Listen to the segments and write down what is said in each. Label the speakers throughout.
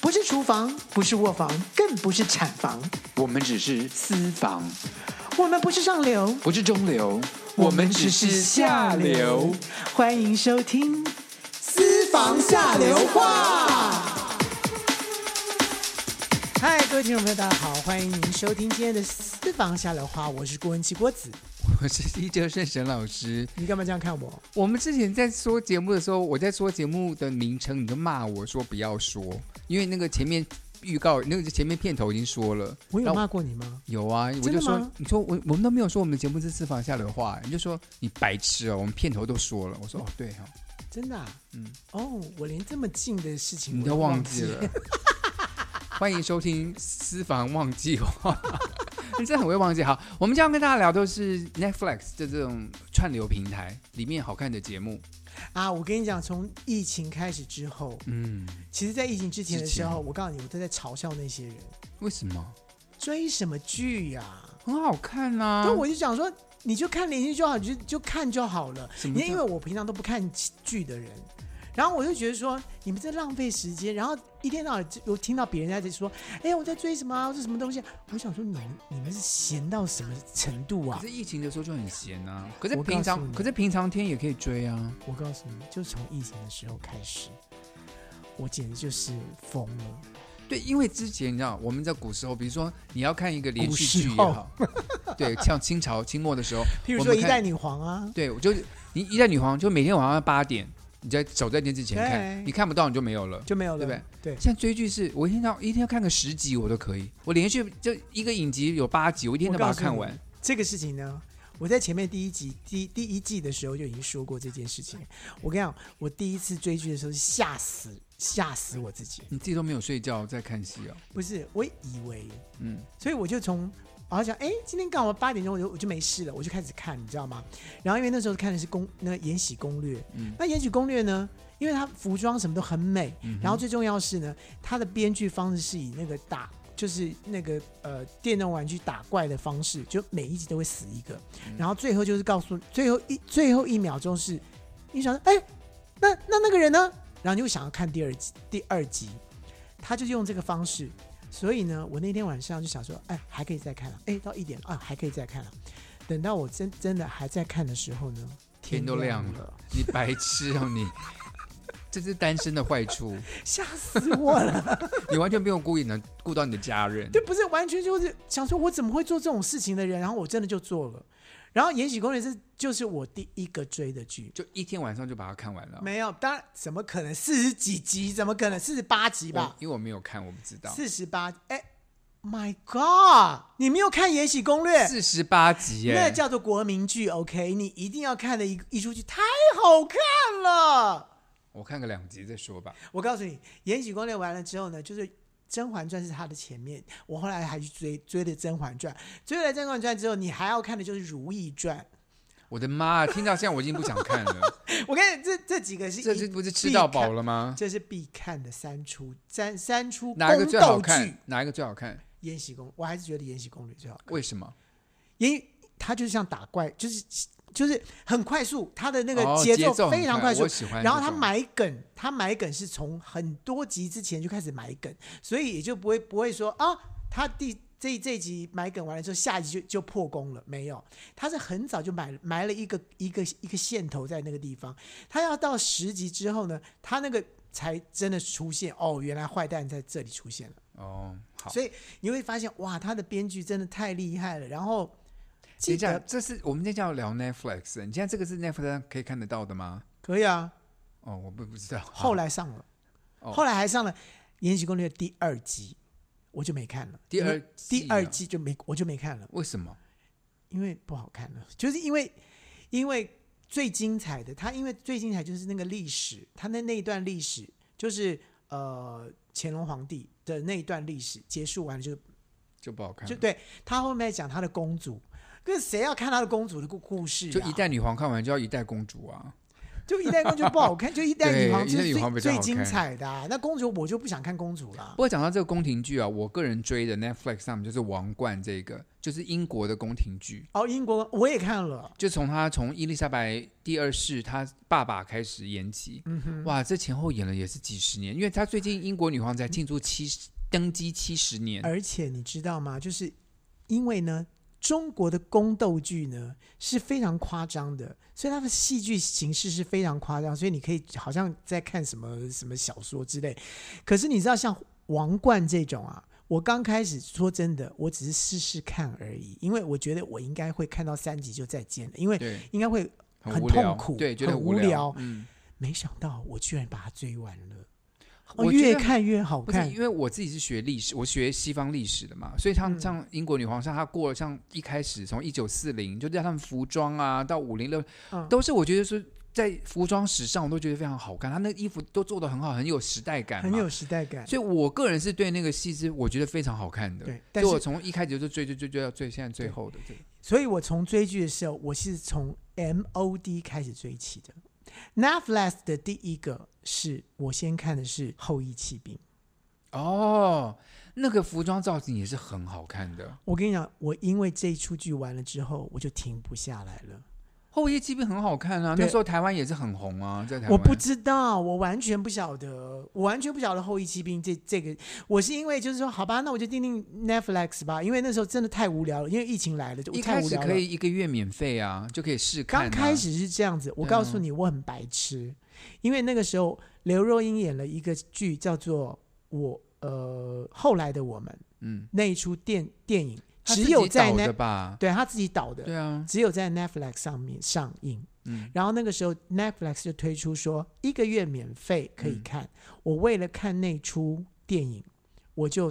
Speaker 1: 不是厨房，不是卧房，更不是产房，
Speaker 2: 我们只是私房，
Speaker 1: 我们不是上流，
Speaker 2: 不是中流，我们只是下流。。
Speaker 1: 欢迎收听《私房下流话》。嗨，各位听众朋友，大家好，欢迎您收听今天的《私房下流话》，我是郭文琪郭子。
Speaker 2: 我是地球圣沈老师。
Speaker 1: 你干嘛这样看我？
Speaker 2: 我们之前在说节目的时候，我在说节目的名称，你就骂我说不要说，因为那个前面预告，那个前面片头已经说了。
Speaker 1: 我有
Speaker 2: 然后
Speaker 1: 骂过你吗？
Speaker 2: 有啊，我
Speaker 1: 真的
Speaker 2: 就说
Speaker 1: 吗，
Speaker 2: 你说我我们都没有说我们的节目是私房下流话，你就说你白痴哦，我们片头都说了。我说哦对哦，
Speaker 1: 真的、啊？
Speaker 2: 嗯
Speaker 1: 哦，我连这么近的事情
Speaker 2: 你
Speaker 1: 我
Speaker 2: 都忘
Speaker 1: 忘
Speaker 2: 记了。。 欢迎收听私房忘记话， 你真的很会忘记。好，我们今天要跟大家聊都是 Netflix 的这种串流平台里面好看的节目。
Speaker 1: 啊！我跟你讲，从疫情开始之后，
Speaker 2: 嗯，
Speaker 1: 其实，在疫情之前的时
Speaker 2: 之
Speaker 1: 候，
Speaker 2: 前
Speaker 1: 我告诉你，我都在嘲笑那些人
Speaker 2: 为什么？
Speaker 1: 追什么剧呀、
Speaker 2: 很好看啊！
Speaker 1: 那、我就想说，你就看连续剧就好，你就就看就好了。
Speaker 2: 什么
Speaker 1: 你
Speaker 2: 叫
Speaker 1: 因为我平常都不看剧的人，然后我就觉得说，你们在浪费时间，然后一天到晚就有听到别人在这说，哎呀，我在追什么、啊，是什么东西啊、我想说，你们你们是闲到什么程度啊
Speaker 2: 可？是疫情的时候就很闲啊，可是
Speaker 1: 我告诉
Speaker 2: 平常
Speaker 1: 你
Speaker 2: 可是平常天也可以追啊。
Speaker 1: 我啊告诉你，就从疫情的时候开始，我简直就是疯了。
Speaker 2: 对，因为之前你知道我们在古时候，比如说你要看一个连
Speaker 1: 古
Speaker 2: 续
Speaker 1: 时
Speaker 2: 剧也好，对，像清朝清末的时候，
Speaker 1: 譬如
Speaker 2: 我
Speaker 1: 说
Speaker 2: 们
Speaker 1: 《一
Speaker 2: 看
Speaker 1: 代女皇》啊，
Speaker 2: 对，我就你一代女皇就每天晚上八点，你在守在电视前
Speaker 1: 对
Speaker 2: 看，你看不到你就没有了。
Speaker 1: 就没有了，
Speaker 2: 对不对
Speaker 1: 对
Speaker 2: 现在追剧是我一天到一天要看个十集我都可以，我连续就一个影集有八集，我一天都把
Speaker 1: 我告
Speaker 2: 它
Speaker 1: 诉
Speaker 2: 看
Speaker 1: 你
Speaker 2: 完。
Speaker 1: 这个事情呢，我在前面第一集、第第一季的时候就已经说过这件事情。我跟你讲，我第一次追剧的时候是吓死吓死我自己，
Speaker 2: 你自己都没有睡觉在看戏哦，
Speaker 1: 不是我以为，
Speaker 2: 嗯，
Speaker 1: 所以我就从。我好想，哎，今天刚好八点钟，我就我就没事了，我就开始看，你知道吗？然后因为那时候看的是攻那个《延禧攻略》，
Speaker 2: 嗯
Speaker 1: 那《延禧攻略》呢，因为它服装什么都很美，然后最重要是呢，它的编剧方式是以那个打，就是那个呃电动玩具打怪的方式，就每一集都会死一个，
Speaker 2: 嗯
Speaker 1: 然后最后就是告诉最后一最后一秒钟是，你想说，哎，那那那个人呢？然后你就想要看第二集，第二集，他就是用这个方式。所以呢，我那天晚上就想说，哎，还可以再看啊，哎，到一点了啊，还可以再看啊。等到我真真的还在看的时候呢，
Speaker 2: 天都亮
Speaker 1: 亮
Speaker 2: 了，你白痴哦你，这是单身的坏处，
Speaker 1: 吓死我了！
Speaker 2: 你完全没有顾你能顾到你的家人。
Speaker 1: 对，不是完全就是想说，我怎么会做这种事情的人？然后我真的就做了。然后《延禧攻略》是就是我第一个追的剧，
Speaker 2: 就一天晚上就把它看完了。
Speaker 1: 没有，当然怎么可能四十几集？怎么可能四十八集
Speaker 2: 我
Speaker 1: 吧？
Speaker 2: 因为我没有看，我不知道。
Speaker 1: 四十八，哎，My God！你没有看《延禧攻略》？
Speaker 2: 四十八集耶，
Speaker 1: 那叫做国民剧，OK？你一定要看的一一出剧，太好看了。
Speaker 2: 我看个两集再说吧。
Speaker 1: 我告诉你，《延禧攻略》完了之后呢，就是《甄嬛传》是它的前面，我后来还去追追了《甄嬛传》，追了《甄嬛传》之后，你还要看的就是《如懿传
Speaker 2: 我的妈，啊听到现在我已经不想看了，》。
Speaker 1: 我跟你这这几个是
Speaker 2: 这
Speaker 1: 一
Speaker 2: 这不是吃到饱了吗？
Speaker 1: 这是必看的三出三三出宫
Speaker 2: 哪一个最
Speaker 1: 斗
Speaker 2: 好
Speaker 1: 剧，
Speaker 2: 看？
Speaker 1: 《
Speaker 2: 哪一个最好看？
Speaker 1: 延禧攻》，我还是觉得《延禧攻略》最好看，
Speaker 2: 为什么？
Speaker 1: 因为它就像打怪，就是就是很快速，它的那个
Speaker 2: 哦
Speaker 1: 节
Speaker 2: 奏很
Speaker 1: 非常快速
Speaker 2: 我，喜欢这种。
Speaker 1: 然后他埋梗，他埋梗是从很多集之前就开始埋梗，所以也就不会不会说啊，他第这这一集埋梗完了之后，下一集就就破功了，没有，他是很早就埋埋了一个一个一个线头在那个地方，他要到十集之后呢，他那个才真的出现哦，原来坏蛋在这里出现了，
Speaker 2: 哦，好，
Speaker 1: 所以你会发现哇，他的编剧真的太厉害了，然后记
Speaker 2: 等一下，
Speaker 1: 得
Speaker 2: 这是我们今天要聊 Netflix，你现在这个是 Netflix 上可以看得到的吗？
Speaker 1: 可以啊，
Speaker 2: 哦，我不不知道。
Speaker 1: 后
Speaker 2: 来
Speaker 1: 来上了，
Speaker 2: 哦
Speaker 1: 后来还上了《延禧攻略》第二集，我就没看了。
Speaker 2: 第
Speaker 1: 因
Speaker 2: 二
Speaker 1: 为嗯第二
Speaker 2: 季啊
Speaker 1: 季就没我就没看了
Speaker 2: 啊，为什么？
Speaker 1: 因为不好看了，就是因为因为最精彩的，它因为最精彩就是那个历史，它的那一段历史就是呃乾隆皇帝的那一段历史结束完了就
Speaker 2: 嗯就不好看
Speaker 1: 就
Speaker 2: 了？
Speaker 1: 对他后面在讲他的公主，可是谁要看他的公主的故故事、啊？
Speaker 2: 就一代女皇看完就要一代公主啊！
Speaker 1: 就一代公主不好看，就一代女皇
Speaker 2: 对一
Speaker 1: 就
Speaker 2: 代
Speaker 1: 是
Speaker 2: 女皇比
Speaker 1: 最
Speaker 2: 较好
Speaker 1: 最精
Speaker 2: 看
Speaker 1: 彩的、啊。那公主我就不想看公主了
Speaker 2: 不。过讲到这个宫廷剧啊，我个人追的 Netflix 上面就是《王冠》这个，就是英国的宫廷剧，
Speaker 1: 哦，英国我也看了，
Speaker 2: 就从他从伊丽莎白第二世她爸爸开始演起，
Speaker 1: 嗯哼，
Speaker 2: 哇，这前后演了也是几十年，因为她最近英国女皇才庆祝七十登基七十年，
Speaker 1: 而且你知道吗？就是因为呢，中国的宫斗剧呢是非常夸张的，所以它的戏剧形式是非常夸张，所以你可以好像在看什么什么小说之类。可是你知道，像《王冠》这种啊，我刚开始说真的，我只是试试看而已，因为我觉得我应该会看到三集就再见了，因为
Speaker 2: 对，
Speaker 1: 应该会很
Speaker 2: 无聊
Speaker 1: 痛苦
Speaker 2: 对，觉得
Speaker 1: 很
Speaker 2: 很
Speaker 1: 无聊
Speaker 2: 嗯，
Speaker 1: 没想到我居然把它追完了，哦，
Speaker 2: 我觉
Speaker 1: 越
Speaker 2: 得
Speaker 1: 看越好
Speaker 2: 不是
Speaker 1: 看
Speaker 2: 因。为我自己是学历史，我学西方历史的嘛，所以像、
Speaker 1: 嗯
Speaker 2: 像英国女皇像她过了，像一开始从一九四零，就叫他们服装啊，到五零六
Speaker 1: 嗯，
Speaker 2: 都是我觉得是在服装史上我都觉得非常好看，她那衣服都做的很好，很有时代感，
Speaker 1: 很有。时代感，
Speaker 2: 所以我个人是对那个戏是我觉得非常好看的，
Speaker 1: 对但
Speaker 2: 所以
Speaker 1: 是
Speaker 2: 我从一开始就追追追追到最现在最
Speaker 1: 对
Speaker 2: 后的这个。
Speaker 1: 所以我从追剧的时候，我是从 M O D 开始追起的。Netflix 的第一个是我先看的是《后羿弃兵》。
Speaker 2: 哦，那个服装造型也是很好看的，《
Speaker 1: 我跟你讲，我因为这一出剧完了之后，我就停不下来了。
Speaker 2: 后夜骑兵》很好看啊，那
Speaker 1: 对
Speaker 2: 时候台湾也是很红啊，在台湾。
Speaker 1: 我不知道，我完全不晓得，我完全不晓得《后羿骑兵这》这个，我是因为就是说，好吧，那我就订订 Netflix 吧，因为那时候真的太无聊了，因为疫情来了，就
Speaker 2: 一
Speaker 1: 太
Speaker 2: 开
Speaker 1: 无
Speaker 2: 始
Speaker 1: 聊了。
Speaker 2: 可以一个月免费啊，就可以试看、
Speaker 1: 刚开，始是这样子，我
Speaker 2: 对啊
Speaker 1: 告诉你，我很白痴，因为那个时候刘若英演了一个剧叫做《我呃后来的我们》
Speaker 2: 嗯，
Speaker 1: 那一出电电影，
Speaker 2: 他
Speaker 1: 只
Speaker 2: 自己
Speaker 1: 有在
Speaker 2: 导
Speaker 1: net
Speaker 2: 的吧？
Speaker 1: 对他自己导的，
Speaker 2: 对啊，
Speaker 1: 只有在 Netflix 上面上映。
Speaker 2: 嗯，
Speaker 1: 然后那个时候 Netflix 就推出说一个月免费可以看。
Speaker 2: 嗯
Speaker 1: 我为了看那出电影，我就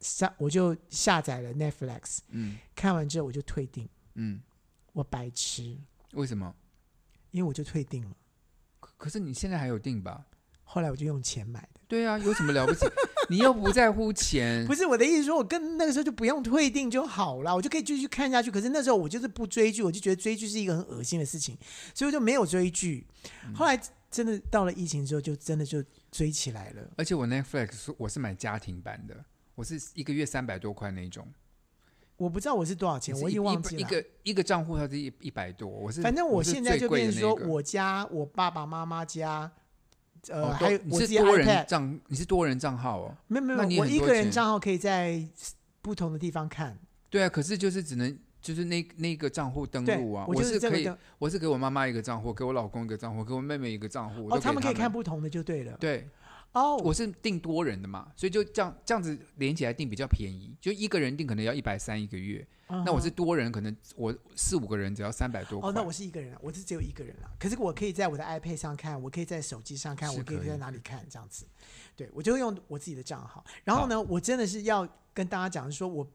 Speaker 1: 下我就下载了 Netflix，
Speaker 2: 嗯
Speaker 1: 看完之后我就退订，
Speaker 2: 嗯，
Speaker 1: 我白痴，
Speaker 2: 为什么？
Speaker 1: 因为我就退订了。
Speaker 2: 可可是你现在还有订吧？
Speaker 1: 后来我就用钱买的，
Speaker 2: 对啊，有什么了不起？你又不在乎钱
Speaker 1: 不，是我的意思说，我跟那个时候就不用退订就好了，我就可以继续看下去。可是那时候我就是不追剧，我就觉得追剧是一个很恶心的事情，所以我就没有追剧。
Speaker 2: 嗯
Speaker 1: 后来真的到了疫情之后，就真的就追起来了。
Speaker 2: 而且我 Netflix 我是买家庭版的，我是一个月三百多块那一种，
Speaker 1: 我不知道我是多少钱，
Speaker 2: 是
Speaker 1: 我已
Speaker 2: 一
Speaker 1: 经忘记
Speaker 2: 一
Speaker 1: 了。
Speaker 2: 个一个账户它是一一百多，我是
Speaker 1: 反正
Speaker 2: 我
Speaker 1: 我
Speaker 2: 是
Speaker 1: 现在
Speaker 2: 最
Speaker 1: 就
Speaker 2: 贵的
Speaker 1: 变成说，
Speaker 2: 那个
Speaker 1: 我家、我爸爸妈妈家，呃，
Speaker 2: 哦都
Speaker 1: 还有
Speaker 2: 你
Speaker 1: 我自己
Speaker 2: 是多人
Speaker 1: iPad，
Speaker 2: 账，你是多人账号哦。
Speaker 1: 没有没
Speaker 2: 那
Speaker 1: 有
Speaker 2: 你
Speaker 1: 没有，我
Speaker 2: 很
Speaker 1: 一
Speaker 2: 多
Speaker 1: 个人
Speaker 2: 钱
Speaker 1: 账号可以在不同的地方看。
Speaker 2: 对啊，可是就是只能就是那那个账户登
Speaker 1: 对，
Speaker 2: 录啊，
Speaker 1: 我就是
Speaker 2: 是
Speaker 1: 这
Speaker 2: 可
Speaker 1: 个
Speaker 2: 以
Speaker 1: 的。
Speaker 2: 我是给我妈妈一个账户，给我老公一个账户，给我妹妹一个账户。
Speaker 1: 哦，
Speaker 2: 我都
Speaker 1: 他
Speaker 2: 给
Speaker 1: 们可以
Speaker 2: 他
Speaker 1: 看不同的就对了。
Speaker 2: 对，
Speaker 1: 哦，
Speaker 2: 我是订多人的嘛，所以就这样这样子连起来订比较便宜，就一个人订可能要一百三一个月，
Speaker 1: 嗯
Speaker 2: 那我
Speaker 1: 哼
Speaker 2: 是多人，可能我四五个人只要三百多块。
Speaker 1: 哦，那我是一个人啊，我是只有一个人啊。可是我可以在我的 iPad 上看，我可以在手机上看，
Speaker 2: 是
Speaker 1: 我可
Speaker 2: 可
Speaker 1: 以
Speaker 2: 以
Speaker 1: 在哪里看这样子。对，我就用我自己的账号。然后呢，我真的是要跟大家讲说，我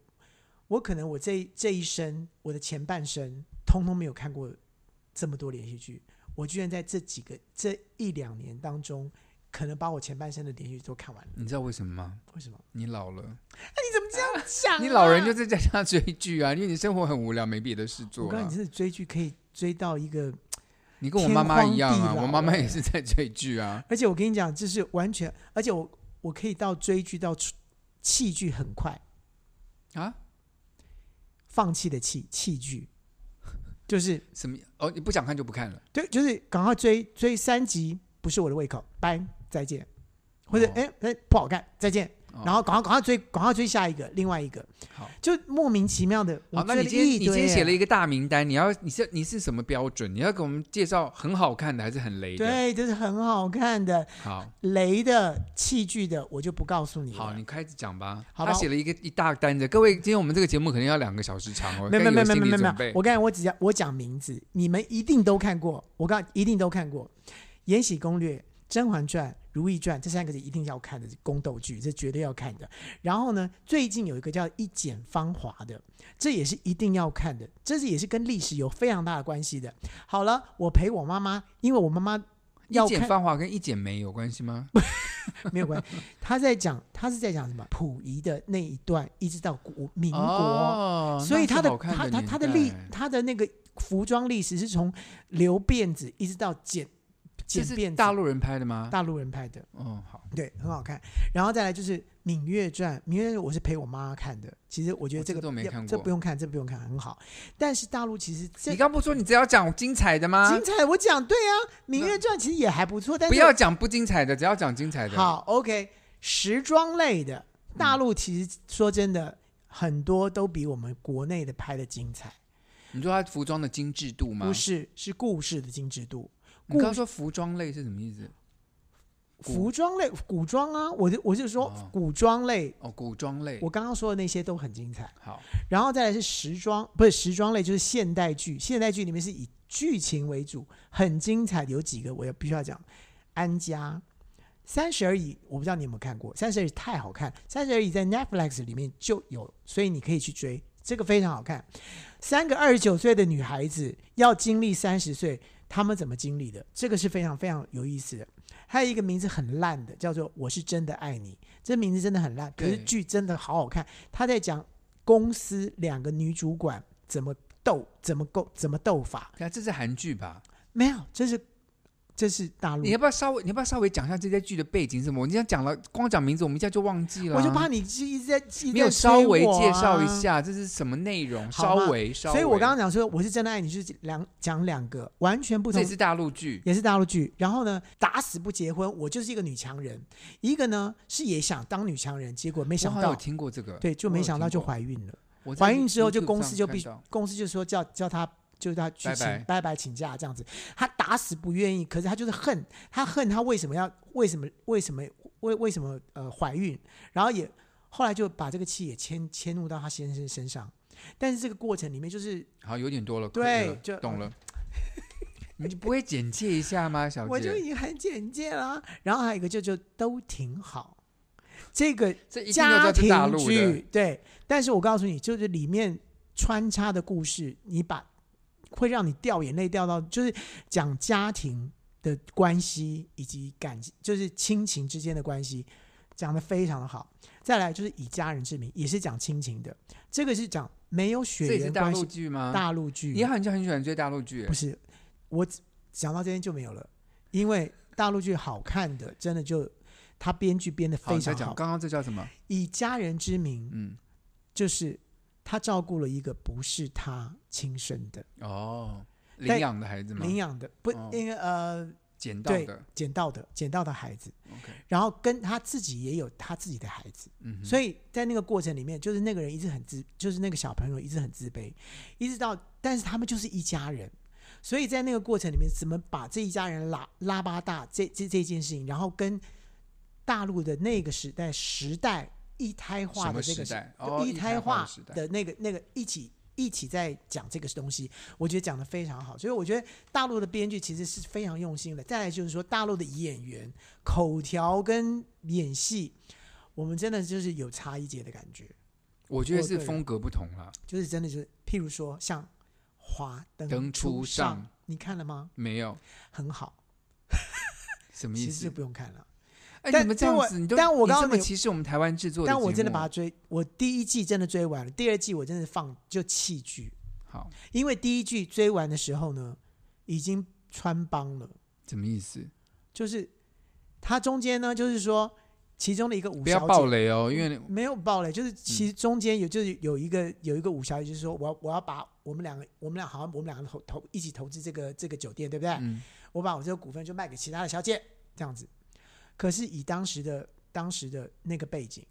Speaker 1: 我可能我这这一生，我的前半生，通通没有看过这么多连续剧。我居然在这几个这一两年当中，可能把我前半生的连续剧都看完了。
Speaker 2: 你知道为什么吗？
Speaker 1: 为 什么？
Speaker 2: 你老了，
Speaker 1: 你怎么这样想、
Speaker 2: 你老人就在家下追剧啊，因为你生活很无聊，没别的事
Speaker 1: 我
Speaker 2: 做、
Speaker 1: 告诉
Speaker 2: 啊
Speaker 1: 你，。真的追剧可以追到一个
Speaker 2: 你跟我
Speaker 1: 天
Speaker 2: 妈妈
Speaker 1: 荒
Speaker 2: 一样
Speaker 1: 地
Speaker 2: 啊，
Speaker 1: 老
Speaker 2: 我妈妈
Speaker 1: 了欸
Speaker 2: 也是在追剧啊。
Speaker 1: 而且我跟你讲，就是完全，而且我我可以到追剧到出弃剧很快，
Speaker 2: 啊？
Speaker 1: 放弃的弃弃剧，就是
Speaker 2: 什么？哦，你不想看就不看了。
Speaker 1: 对，就是赶快追追三集，不是我的胃口，拜再见，或者
Speaker 2: 哦
Speaker 1: 哎哎、不好看，再见，
Speaker 2: 哦
Speaker 1: 然后赶快赶快追赶快追下一个另外一个，
Speaker 2: 好，
Speaker 1: 就莫名其妙的，我
Speaker 2: 好，那
Speaker 1: 追
Speaker 2: 你
Speaker 1: 了
Speaker 2: 今天
Speaker 1: 一
Speaker 2: 你今天
Speaker 1: 堆
Speaker 2: 写了
Speaker 1: 啊
Speaker 2: 一个大名单，你要你是你是什么标准？你要给我们介绍很好看的还是很雷的？，
Speaker 1: 对，哎就是很好看的
Speaker 2: 好
Speaker 1: 雷的器具的，我就不告诉你了。
Speaker 2: 好，你开始讲吧。
Speaker 1: 好吧
Speaker 2: 他写了一个一大单子，各位，今天我们这个节目可能要两个小时长哦，
Speaker 1: 没有没有
Speaker 2: 该
Speaker 1: 没有没
Speaker 2: 心
Speaker 1: 有
Speaker 2: 理
Speaker 1: 没有
Speaker 2: 准
Speaker 1: 没有
Speaker 2: 备，
Speaker 1: 我刚才我只讲我讲名字，你们一定都看过，我告一定都看过《延禧攻略》《甄嬛传》《如懿传》这三个是一定要看的宫斗剧，这绝对要看的。然后呢，最近有一个叫《一剪芳华》的，这也是一定要看的，这是也是跟历史有非常大的关系的。好了，我陪我妈妈，因为我妈妈要
Speaker 2: 一剪
Speaker 1: 看
Speaker 2: 芳华跟一剪梅有关系吗？
Speaker 1: 没有关系，她在讲她是在讲什么溥仪的那一段，一直到国民国。
Speaker 2: 哦，
Speaker 1: 所以
Speaker 2: 那是
Speaker 1: 他的
Speaker 2: 好看
Speaker 1: 他他
Speaker 2: 年
Speaker 1: 他的
Speaker 2: 代
Speaker 1: 历他的那个服装历史是从留辫子一直到剪剪
Speaker 2: 这
Speaker 1: 辫
Speaker 2: 是
Speaker 1: 子，
Speaker 2: 大陆人拍的吗？
Speaker 1: 大陆人拍的，
Speaker 2: 哦，好，
Speaker 1: 对，很好看。然后再来就是《芈月传》，《芈月传》我是陪我妈看的，其实我觉得这
Speaker 2: 我哦这
Speaker 1: 个
Speaker 2: 都没
Speaker 1: 要
Speaker 2: 看
Speaker 1: 这
Speaker 2: 过
Speaker 1: 不用看，这不用看，很好。但是大陆其实这
Speaker 2: 你刚不说你只要讲精彩的吗？
Speaker 1: 精彩，我讲对啊，《芈
Speaker 2: 那
Speaker 1: 月传》其实也还不错，但
Speaker 2: 不
Speaker 1: 是
Speaker 2: 要讲不精彩的，只要讲嗯精彩的。，
Speaker 1: 好，OK，时装类的大陆其实说真的，很多都比我们国内的拍的精彩，
Speaker 2: 你说他服装的精致度吗？
Speaker 1: 不，是是故事的精致度。
Speaker 2: 你刚
Speaker 1: 故
Speaker 2: 刚说服装类是什么意思？古
Speaker 1: 服装类、古装啊，我就我就说
Speaker 2: 哦
Speaker 1: 古装类，
Speaker 2: 哦，古装类。
Speaker 1: 我刚刚说的那些都很精彩。
Speaker 2: 好，
Speaker 1: 然后再来是时装，不是时装类，就是现代剧。现代剧里面是以剧情为主，很精彩的有几个我也必须要讲，《安家》。三十而已，我不知道你有没有看过，《三十而已》太好看，《三十而已》在 Netflix 里面就有，所以你可以去追，这个非常好看。三个二十九岁的女孩子要经历三十岁，她们怎么经历的？这个是非常非常有意思的。还有一个名字很烂的，叫做《我是真的爱你》，这名字真的很烂，可是
Speaker 2: 对
Speaker 1: 剧真的好好看。他在讲公司两个女主管怎么斗，怎么斗，怎么斗法。
Speaker 2: 那这是韩剧吧？
Speaker 1: 没有，这是这是大陆
Speaker 2: 你要不要稍微，你要不要稍微讲一下这些剧的背景是什么？我今天讲了，光讲名字，我们一下就忘记了啊、
Speaker 1: 我就怕你是一直在一直在
Speaker 2: 没有稍微
Speaker 1: 催我啊
Speaker 2: 介绍一。下这是什么内容，
Speaker 1: 好
Speaker 2: 稍
Speaker 1: 吗
Speaker 2: 微稍微。
Speaker 1: 所以我刚刚讲说我是真的爱你，就是两讲两个完全不
Speaker 2: 这
Speaker 1: 同
Speaker 2: 也，是大陆剧，
Speaker 1: 也是大陆剧。然后呢，打死不结婚，我就是一个女强人。一个呢是也想当女强人，结果没
Speaker 2: 我
Speaker 1: 想
Speaker 2: 好像有
Speaker 1: 到，
Speaker 2: 听过这个，
Speaker 1: 对，就
Speaker 2: 我有啊
Speaker 1: 没想到
Speaker 2: 听
Speaker 1: 就
Speaker 2: 过
Speaker 1: 怀孕了。
Speaker 2: 我在
Speaker 1: 怀孕之后就
Speaker 2: YouTube
Speaker 1: 公司
Speaker 2: 上
Speaker 1: 就
Speaker 2: 看
Speaker 1: 必须
Speaker 2: 到
Speaker 1: 公司就说叫叫他就他去
Speaker 2: 拜
Speaker 1: 请
Speaker 2: 拜
Speaker 1: 拜拜请假这样子，他打死不愿意，可是他就是恨，他恨他为什么要为什么为什么为为什么呃怀孕，然后也后来就把这个气也迁迁怒到他先生身上，但是这个过程里面就是
Speaker 2: 好有点多了，
Speaker 1: 对
Speaker 2: 可以了
Speaker 1: 就嗯
Speaker 2: 懂了。你就不会简介一下吗，小
Speaker 1: 我就已
Speaker 2: 姐？
Speaker 1: 经很简介啦，然后还有一个就就都挺好，这个
Speaker 2: 这一定
Speaker 1: 家
Speaker 2: 都知道是大
Speaker 1: 庭
Speaker 2: 陆的，
Speaker 1: 剧，对。但是我告诉你，就是里面穿插的故事，你把会让你掉眼泪掉到，就是讲家庭的关系以及感情，就是亲情之间的关系，讲的非常的好。再来就是以家人之名，也是讲亲情的，这个是讲没有
Speaker 2: 这
Speaker 1: 血
Speaker 2: 也是
Speaker 1: 缘
Speaker 2: 大
Speaker 1: 关
Speaker 2: 陆
Speaker 1: 系，
Speaker 2: 剧吗？
Speaker 1: 大陆剧
Speaker 2: 你很就很喜欢追大陆剧
Speaker 1: 不，是。我只讲到这边就没有了，因为大陆剧好看的真的就他编剧编的
Speaker 2: 好，
Speaker 1: 非
Speaker 2: 你再
Speaker 1: 常
Speaker 2: 讲
Speaker 1: 好，
Speaker 2: 刚刚这叫什么？
Speaker 1: 以家人之名。
Speaker 2: 嗯，
Speaker 1: 就是他照顾了一个不是他亲生的、
Speaker 2: 哦，领
Speaker 1: 但
Speaker 2: 养的孩子吗？
Speaker 1: 领养的，不
Speaker 2: 哦
Speaker 1: 那个、呃
Speaker 2: 捡到
Speaker 1: 对
Speaker 2: 的
Speaker 1: 捡到的捡到的孩子，
Speaker 2: ，OK，
Speaker 1: 然后跟他自己也有他自己的孩子，
Speaker 2: 嗯哼，
Speaker 1: 所以在那个过程里面，就是那个人一直很自，就是那个小朋友一直很自卑，一直到但是他们就是一家人。所以在那个过程里面，怎么把这一家人拉拉巴大这这这件事情，然后跟大陆的那个时代时代一胎化
Speaker 2: 什
Speaker 1: 的
Speaker 2: 么
Speaker 1: 这个
Speaker 2: 时
Speaker 1: 时
Speaker 2: 代？
Speaker 1: 就
Speaker 2: 哦，
Speaker 1: 一
Speaker 2: 胎
Speaker 1: 胎化
Speaker 2: 时代，
Speaker 1: 的那个那个一起一起在讲这个东西，我觉得讲的非常好，所以我觉得大陆的编剧其实是非常用心的。再来就是说，大陆的演员口条跟演戏，我们真的就是有差一截的感觉，
Speaker 2: 我觉得
Speaker 1: 我
Speaker 2: 是
Speaker 1: 个人
Speaker 2: 风格不同啦。
Speaker 1: 就是真的就是，譬如说像《华灯
Speaker 2: 灯初
Speaker 1: 初
Speaker 2: 上
Speaker 1: 你看了吗？
Speaker 2: 没有
Speaker 1: 很好，
Speaker 2: 什么
Speaker 1: 其
Speaker 2: 意
Speaker 1: 实就
Speaker 2: 思？
Speaker 1: 不用看了。
Speaker 2: 哎，
Speaker 1: 但
Speaker 2: 你们这
Speaker 1: 但
Speaker 2: 样
Speaker 1: 我
Speaker 2: 子，你都
Speaker 1: 但我
Speaker 2: 你
Speaker 1: 告
Speaker 2: 这
Speaker 1: 诉
Speaker 2: 么
Speaker 1: 你
Speaker 2: 歧视我们台湾制作的
Speaker 1: 但我
Speaker 2: 节
Speaker 1: 真的
Speaker 2: 目
Speaker 1: 把它追，我第一季真的追完了，第二季我真的放就弃剧，
Speaker 2: 好，
Speaker 1: 因为第一季追完的时候呢，已经穿帮了，
Speaker 2: 什么意思？
Speaker 1: 就是它中间呢，就是说其中的一个五
Speaker 2: 不要
Speaker 1: 小
Speaker 2: 暴
Speaker 1: 姐
Speaker 2: 雷哦，因为
Speaker 1: 没有暴雷，
Speaker 2: 嗯
Speaker 1: 就是其中间有就是有一个有一个五小姐，就是说我要我要把我们两个我们俩好像我们两个投投一起投资这个这个酒店，对不对？
Speaker 2: 嗯，
Speaker 1: 我把我这个股份就卖给其他的小姐，这样子。可是以当时的当时的那个背景，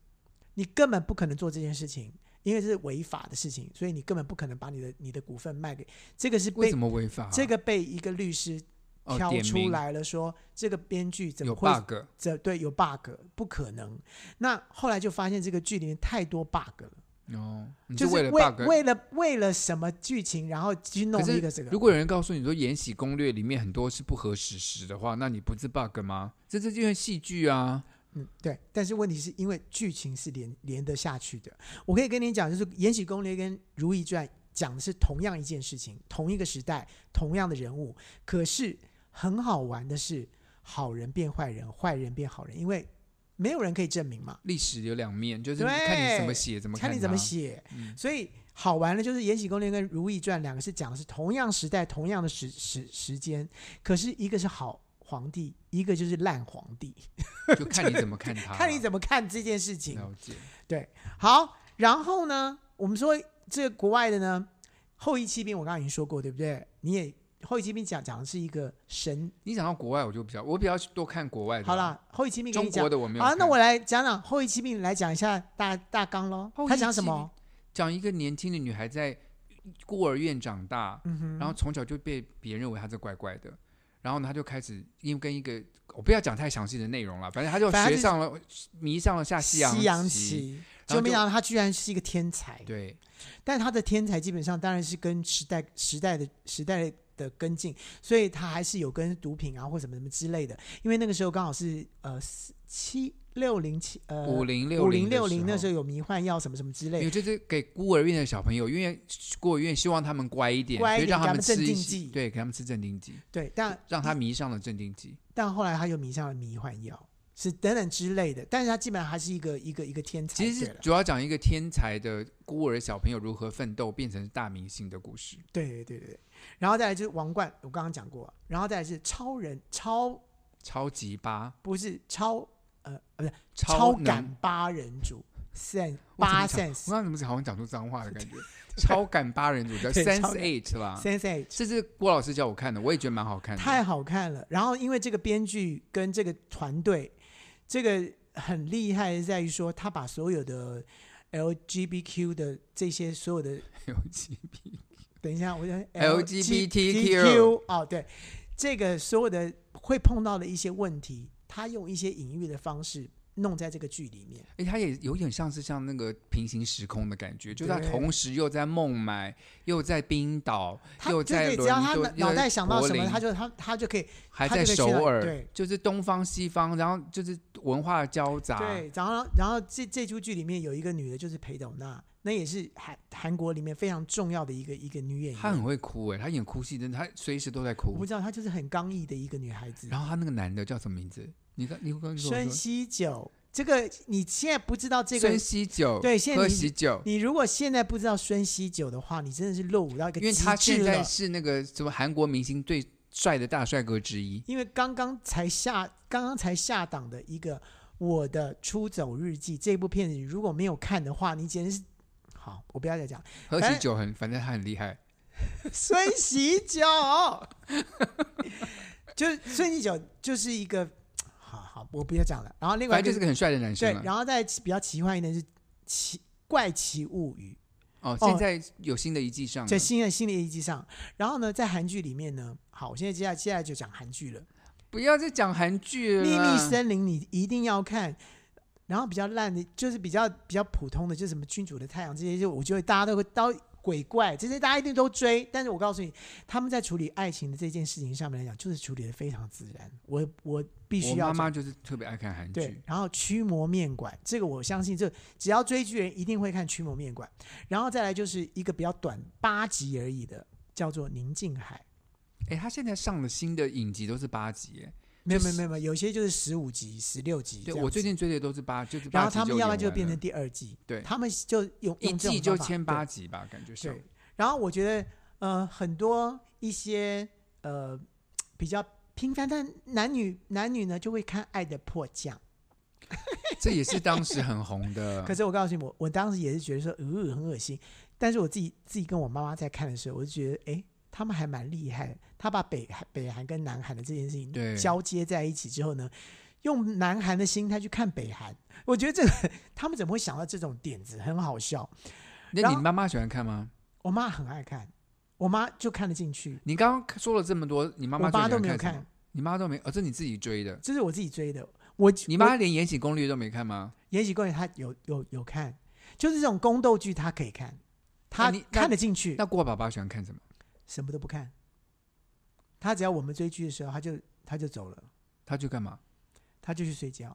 Speaker 1: 你根本不可能做这件事情，因为这是违法的事情，所以你根本不可能把你的你的股份卖给这个是
Speaker 2: 为
Speaker 1: 被
Speaker 2: 什么违法啊？
Speaker 1: 这个被一个律师
Speaker 2: 哦
Speaker 1: 挑
Speaker 2: 点
Speaker 1: 出
Speaker 2: 名
Speaker 1: 来了说，这个编剧怎么
Speaker 2: 有
Speaker 1: 会
Speaker 2: bug，
Speaker 1: 这对有 bug，不可能。那后来就发现这个剧里面太多 bug 了，
Speaker 2: 哦，你
Speaker 1: 就是
Speaker 2: 为了
Speaker 1: 为
Speaker 2: bug。
Speaker 1: 为了为了什么剧情，然后去弄
Speaker 2: 可是
Speaker 1: 一个这个
Speaker 2: 如。果有人告诉你说《延禧攻略》里面很多是不合史实的话，那你不是 bug 吗？这这就是戏剧啊！
Speaker 1: 嗯，对，但是问题是因为剧情是连连得下去的。我可以跟你讲，就是《延禧攻略》跟《如懿传》讲的是同样一件事情，同一个时代，同样的人物。可是很好玩的是，好人变坏人，坏人变好人，因为没有人可以证明嘛，
Speaker 2: 历史有两面，就是
Speaker 1: 对
Speaker 2: 看你怎么写，怎么
Speaker 1: 看你
Speaker 2: 它
Speaker 1: 怎么。写。
Speaker 2: 嗯
Speaker 1: 所以好玩的就是《延禧攻略》跟《如懿传》两个是讲的是同样时代、同样的时时时间，可是一个是好皇帝，一个就是烂皇帝，
Speaker 2: 就看你怎 么看他了，
Speaker 1: 看你怎么看这件事情。
Speaker 2: 了解。
Speaker 1: 好，然后呢，我们说这国外的呢，后裔骑兵我刚刚已经说过，对不对？你也后裔骑兵讲讲的是一个神，
Speaker 2: 你讲到国外，我就比较，我比较多看国外的。
Speaker 1: 好，啦，后裔骑兵跟
Speaker 2: 中
Speaker 1: 你讲
Speaker 2: 国。的我没有
Speaker 1: 好、
Speaker 2: 看。
Speaker 1: 那我来讲讲后裔骑兵，来讲一下大大纲喽
Speaker 2: 后。裔
Speaker 1: 他讲什
Speaker 2: 骑
Speaker 1: 么？
Speaker 2: 讲一个年轻的女孩在孤儿院长大，
Speaker 1: 嗯哼，
Speaker 2: 然后从小就被别人认为她是怪怪的，然后呢，她就开始因为跟一个我不要讲太详细的内容了，反正她就
Speaker 1: 反正
Speaker 2: 学
Speaker 1: 她
Speaker 2: 上了迷上了下西洋
Speaker 1: 西洋
Speaker 2: 棋，
Speaker 1: 棋，
Speaker 2: 然后
Speaker 1: 就没
Speaker 2: 就
Speaker 1: 想到他居然是一个天才。
Speaker 2: 对，
Speaker 1: 但他的天才基本上当然是跟时代、时代的时代的跟进，所以他还是有跟毒品啊或什么什么之类的。因为那个时候刚好是呃四七六零七呃
Speaker 2: 五零六
Speaker 1: 五零六零那时
Speaker 2: 候。
Speaker 1: 候有迷幻药什么什么之
Speaker 2: 因
Speaker 1: 类
Speaker 2: 为
Speaker 1: 的，
Speaker 2: 就是给孤儿院的小朋友，因为孤儿院希望他们乖一点，
Speaker 1: 乖一
Speaker 2: 所以
Speaker 1: 点
Speaker 2: 让
Speaker 1: 给他
Speaker 2: 们
Speaker 1: 们镇
Speaker 2: 吃一
Speaker 1: 定
Speaker 2: 些
Speaker 1: 剂
Speaker 2: 对，给他们吃镇定剂，
Speaker 1: 对，但
Speaker 2: 让他迷上了镇定剂。
Speaker 1: 但后来他又迷上了迷幻药，是等等之类的。但是他基本上还是一个一个一个天才，
Speaker 2: 其实
Speaker 1: 对
Speaker 2: 是
Speaker 1: 了
Speaker 2: 主要讲一个天才的孤儿小朋友如何奋斗变成大明星的故事。
Speaker 1: 对对对对对。然后再来就是王冠，我刚刚讲过，然后再来是超人超
Speaker 2: 超级八，
Speaker 1: 不是超呃不是
Speaker 2: 超能
Speaker 1: 感八人组 sense
Speaker 2: 我怎么
Speaker 1: 八
Speaker 2: 讲
Speaker 1: sense
Speaker 2: 我刚刚怎么讲，好像讲出脏话的感觉。 超感八人组叫
Speaker 1: 对
Speaker 2: Sense
Speaker 1: 超感
Speaker 2: Eight 啦，
Speaker 1: Sense Eight
Speaker 2: 这是郭老师叫我看的，我也觉得蛮好啊看的。
Speaker 1: 太好看了。然后因为这个编剧跟这个团队，这个很厉害的在于说，他把所有的 LGBTQ 的这些所有的，
Speaker 2: LGBT
Speaker 1: 等一下，我想
Speaker 2: LGBTQ
Speaker 1: 哦，对，这个所有的会碰到的一些问题，他用一些隐喻的方式弄在这个剧里面。
Speaker 2: 哎，它也有点像是像那个平行时空的感觉，就是它
Speaker 1: 对
Speaker 2: 同时又在孟买，又在冰岛，
Speaker 1: 他
Speaker 2: 又
Speaker 1: 就
Speaker 2: 在
Speaker 1: 是只
Speaker 2: 伦
Speaker 1: 要他
Speaker 2: 敦
Speaker 1: 脑，
Speaker 2: 又
Speaker 1: 脑
Speaker 2: 在
Speaker 1: 袋想到
Speaker 2: 柏
Speaker 1: 什么，
Speaker 2: 林
Speaker 1: 他就他他就可以
Speaker 2: 还
Speaker 1: 他
Speaker 2: 在
Speaker 1: 就可以去
Speaker 2: 首
Speaker 1: 到
Speaker 2: 尔，
Speaker 1: 对
Speaker 2: 就是东方西方，然后就是文化交杂，
Speaker 1: 对，然后然后这这出剧里面有一个女的，就是裴斗娜，那也是韩韩国里面非常重要的一个一个女演
Speaker 2: 他很
Speaker 1: 员。
Speaker 2: 会哭哎、他演哭戏真的，他随时都在
Speaker 1: 我
Speaker 2: 哭
Speaker 1: 不。知道她就是很刚毅的一个女孩子。
Speaker 2: 然后他那个男的叫什么名字？你刚你刚跟我
Speaker 1: 孙
Speaker 2: 说
Speaker 1: 熙九，这个你现在不知道这个
Speaker 2: 孙，喜九，
Speaker 1: 对现在
Speaker 2: 喝
Speaker 1: 你
Speaker 2: 喜酒，
Speaker 1: 你如果现在不知道孙熙九的话，你真的是落伍到一个
Speaker 2: 因
Speaker 1: 极
Speaker 2: 为他
Speaker 1: 致
Speaker 2: 现在
Speaker 1: 了。
Speaker 2: 是那个什么韩国明星最帅的大帅哥之一。
Speaker 1: 因为刚刚才下刚刚才下档的一个《我的出走日记》这部片子，你如果没有看的话，你简直是好，我不要再讲。
Speaker 2: 喝
Speaker 1: 反
Speaker 2: 喜
Speaker 1: 正
Speaker 2: 酒很，反正他很厉害。
Speaker 1: 孙喜九， 就是孙喜九就是一个，好好，我不要讲了。然后另外
Speaker 2: 反
Speaker 1: 一
Speaker 2: 正就是
Speaker 1: 个
Speaker 2: 个很啊帅的男
Speaker 1: 对
Speaker 2: 生，了。
Speaker 1: 然后再比较奇幻一点是奇怪奇物语，
Speaker 2: 哦，
Speaker 1: 哦
Speaker 2: 现在有新的一季上了
Speaker 1: 在。新的新的一季上。然后呢，在韩剧里面呢，好，我现在接下来接下来就讲韩剧了，
Speaker 2: 不要再讲韩
Speaker 1: 《
Speaker 2: 剧了
Speaker 1: 秘
Speaker 2: 啦。
Speaker 1: 密森林》你一定要看。然后比较烂的，就是比较比较普通的，就是什么《君主的太阳》这些，就我觉得大家都会到鬼怪这些，大家一定都追。但是我告诉你，他们在处理爱情的这件事情上面来讲，就是处理的非常自然。我我必须
Speaker 2: 我
Speaker 1: 要
Speaker 2: 妈
Speaker 1: 讲
Speaker 2: 妈就是特别爱看韩
Speaker 1: 对
Speaker 2: 剧，，
Speaker 1: 然后驱魔面馆，这个我相信，这只要追剧人一定会看驱魔面馆。然后再来就是一个比较短八集而已的，叫做《宁静海》。
Speaker 2: 哎，他现在上的新的影集都是八集耶。
Speaker 1: 没有
Speaker 2: 就
Speaker 1: 没
Speaker 2: 是
Speaker 1: 有没有，没有有些就是十五集、十六集这
Speaker 2: 对
Speaker 1: 样子。
Speaker 2: 我最近追的都是八，就是
Speaker 1: 然
Speaker 2: 八
Speaker 1: 后
Speaker 2: 集
Speaker 1: 他们要不然
Speaker 2: 演
Speaker 1: 就
Speaker 2: 完
Speaker 1: 变成
Speaker 2: 了
Speaker 1: 第二季，
Speaker 2: 对
Speaker 1: 他们就用
Speaker 2: 一
Speaker 1: 用这种
Speaker 2: 季就
Speaker 1: 方法
Speaker 2: 签
Speaker 1: 对
Speaker 2: 八集吧，感觉上
Speaker 1: 对，然后我觉得呃，很多一些呃比较平凡的男女男女呢，就会看《爱的迫降》。
Speaker 2: 这也是当时很红的。
Speaker 1: 可是我告诉你，我我当时也是觉得说，呃，很恶心。但是我自己自己跟我妈妈在看的时候，我就觉得，哎，他们还蛮厉害的。他把北韩、北韩跟南韩的这件事情
Speaker 2: 对
Speaker 1: 交接在一起之后呢，用南韩的心态去看北韩，我觉得这个他们怎么会想到这种点子，很好笑。
Speaker 2: 那
Speaker 1: 然
Speaker 2: 你
Speaker 1: 后
Speaker 2: 妈妈喜欢看吗？
Speaker 1: 我妈很爱看，我妈就看得进去，
Speaker 2: 你刚刚说了这么多，你妈妈
Speaker 1: 我妈
Speaker 2: 最
Speaker 1: 都
Speaker 2: 喜欢
Speaker 1: 没有
Speaker 2: 看什
Speaker 1: 看
Speaker 2: 么，，你妈都没，哦，这你自己追的。
Speaker 1: 这是我自己追的。我
Speaker 2: 你
Speaker 1: 我
Speaker 2: 妈连《延禧攻略》都没看吗？
Speaker 1: 《延禧攻略》她有有有看，就是这种宫斗剧她可以看，她
Speaker 2: 你那
Speaker 1: 看得进去。
Speaker 2: 那郭爸爸喜欢看什么？
Speaker 1: 什么都不看。他只要我们追剧的时候，他就他就走了，
Speaker 2: 他去干嘛？
Speaker 1: 他就去睡觉。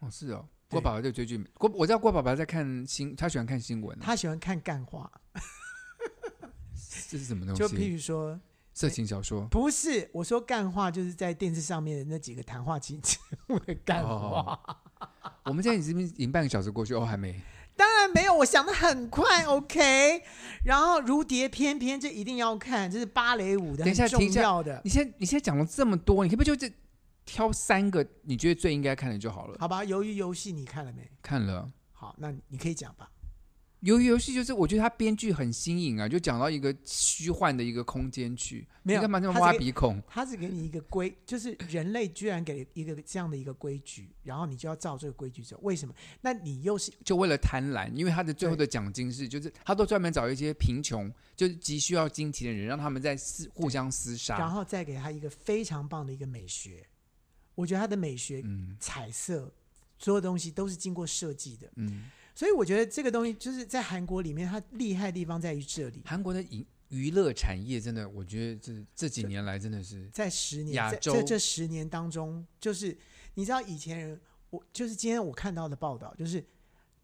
Speaker 2: 哦，是哦，
Speaker 1: 对
Speaker 2: 郭爸爸就追剧。郭我知道郭爸爸在看新，他喜欢看新闻啊。
Speaker 1: 他喜欢看干话，
Speaker 2: 这是什么
Speaker 1: 就
Speaker 2: 东
Speaker 1: 譬
Speaker 2: 西？
Speaker 1: 如说，
Speaker 2: 色情小说。
Speaker 1: 不是我说干话，就是在电视上面的那几个谈话节目的干话。哎啊
Speaker 2: 我们现在已经已经半个小时过去，哦，还没。
Speaker 1: 当然没有，我想的很快，OK。然后如蝶翩翩，这一定要看，这是芭蕾舞的
Speaker 2: 等一下
Speaker 1: 很
Speaker 2: 停
Speaker 1: 重
Speaker 2: 一下
Speaker 1: 要的，
Speaker 2: 你现在你现在讲了这么多，你可不可以就这挑三个你觉得最应该看的就好了？
Speaker 1: 好吧？鱿鱼游戏你看了没？
Speaker 2: 看了。
Speaker 1: 好，那你可以讲吧。
Speaker 2: 由于游戏就是，我觉得它编剧很新颖啊，就讲到一个虚幻的一个空间去，
Speaker 1: 没有
Speaker 2: 你干嘛这么
Speaker 1: 它
Speaker 2: 挖
Speaker 1: 这个
Speaker 2: 鼻孔？
Speaker 1: 他只给你一个规，就是人类居然给了一个这样的一个规矩，然后你就要照这个规矩走。为什么？那你又是
Speaker 2: 就为了贪婪，因为他的最后
Speaker 1: 对
Speaker 2: 的奖金是，就是他都专门找一些贫穷，就是急需要金钱的人，让他们在厮互相厮
Speaker 1: 然
Speaker 2: 杀。
Speaker 1: 后再给他一个非常棒的一个美学。我觉得他的美学、
Speaker 2: 嗯
Speaker 1: 彩色，所有东西都是经过设计的。
Speaker 2: 嗯，
Speaker 1: 所以我觉得这个东西就是在韩国里面，它厉害的地方在于这里。
Speaker 2: 韩国的娱娱乐产业真的，我觉得这这几年来真的是，
Speaker 1: 在十年，
Speaker 2: 亚
Speaker 1: 在
Speaker 2: 洲
Speaker 1: 这这十年当中，就是你知道以前人，我就是今天我看到的报道，就是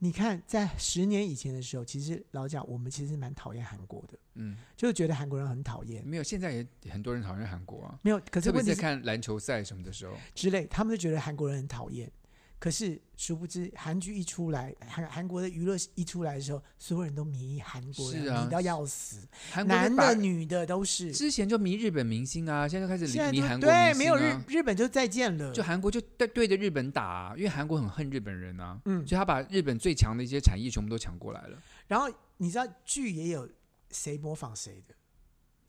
Speaker 1: 你看在十年以前的时候，其实老讲我们其实蛮讨厌韩国的，
Speaker 2: 嗯，
Speaker 1: 就是觉得韩国人很讨厌。
Speaker 2: 没有，现在也很多人讨厌韩国啊，
Speaker 1: 没有，可是
Speaker 2: 特别
Speaker 1: 问题
Speaker 2: 是
Speaker 1: 是
Speaker 2: 看篮球赛什么的时候，
Speaker 1: 之类，他们就觉得韩国人很讨厌。可是殊不知，韩剧一出来，韩韩国的娱乐一出来的时候，所有人都迷韩国人，
Speaker 2: 是啊
Speaker 1: 迷到要死，
Speaker 2: 韩国
Speaker 1: 男
Speaker 2: 就把
Speaker 1: 的女的都是。
Speaker 2: 之前就迷日本明星啊，现在就开始
Speaker 1: 现在
Speaker 2: 迷
Speaker 1: 都
Speaker 2: 韩国明
Speaker 1: 对，
Speaker 2: 星
Speaker 1: 没有日
Speaker 2: 啊。
Speaker 1: 日本就再见了，
Speaker 2: 就韩国就对对着日本打、啊，因为韩国很恨日本人啊，
Speaker 1: 嗯
Speaker 2: 所以他把日本最强的一些产业全部都抢过来了，
Speaker 1: 然后你知道剧也有谁模仿谁的，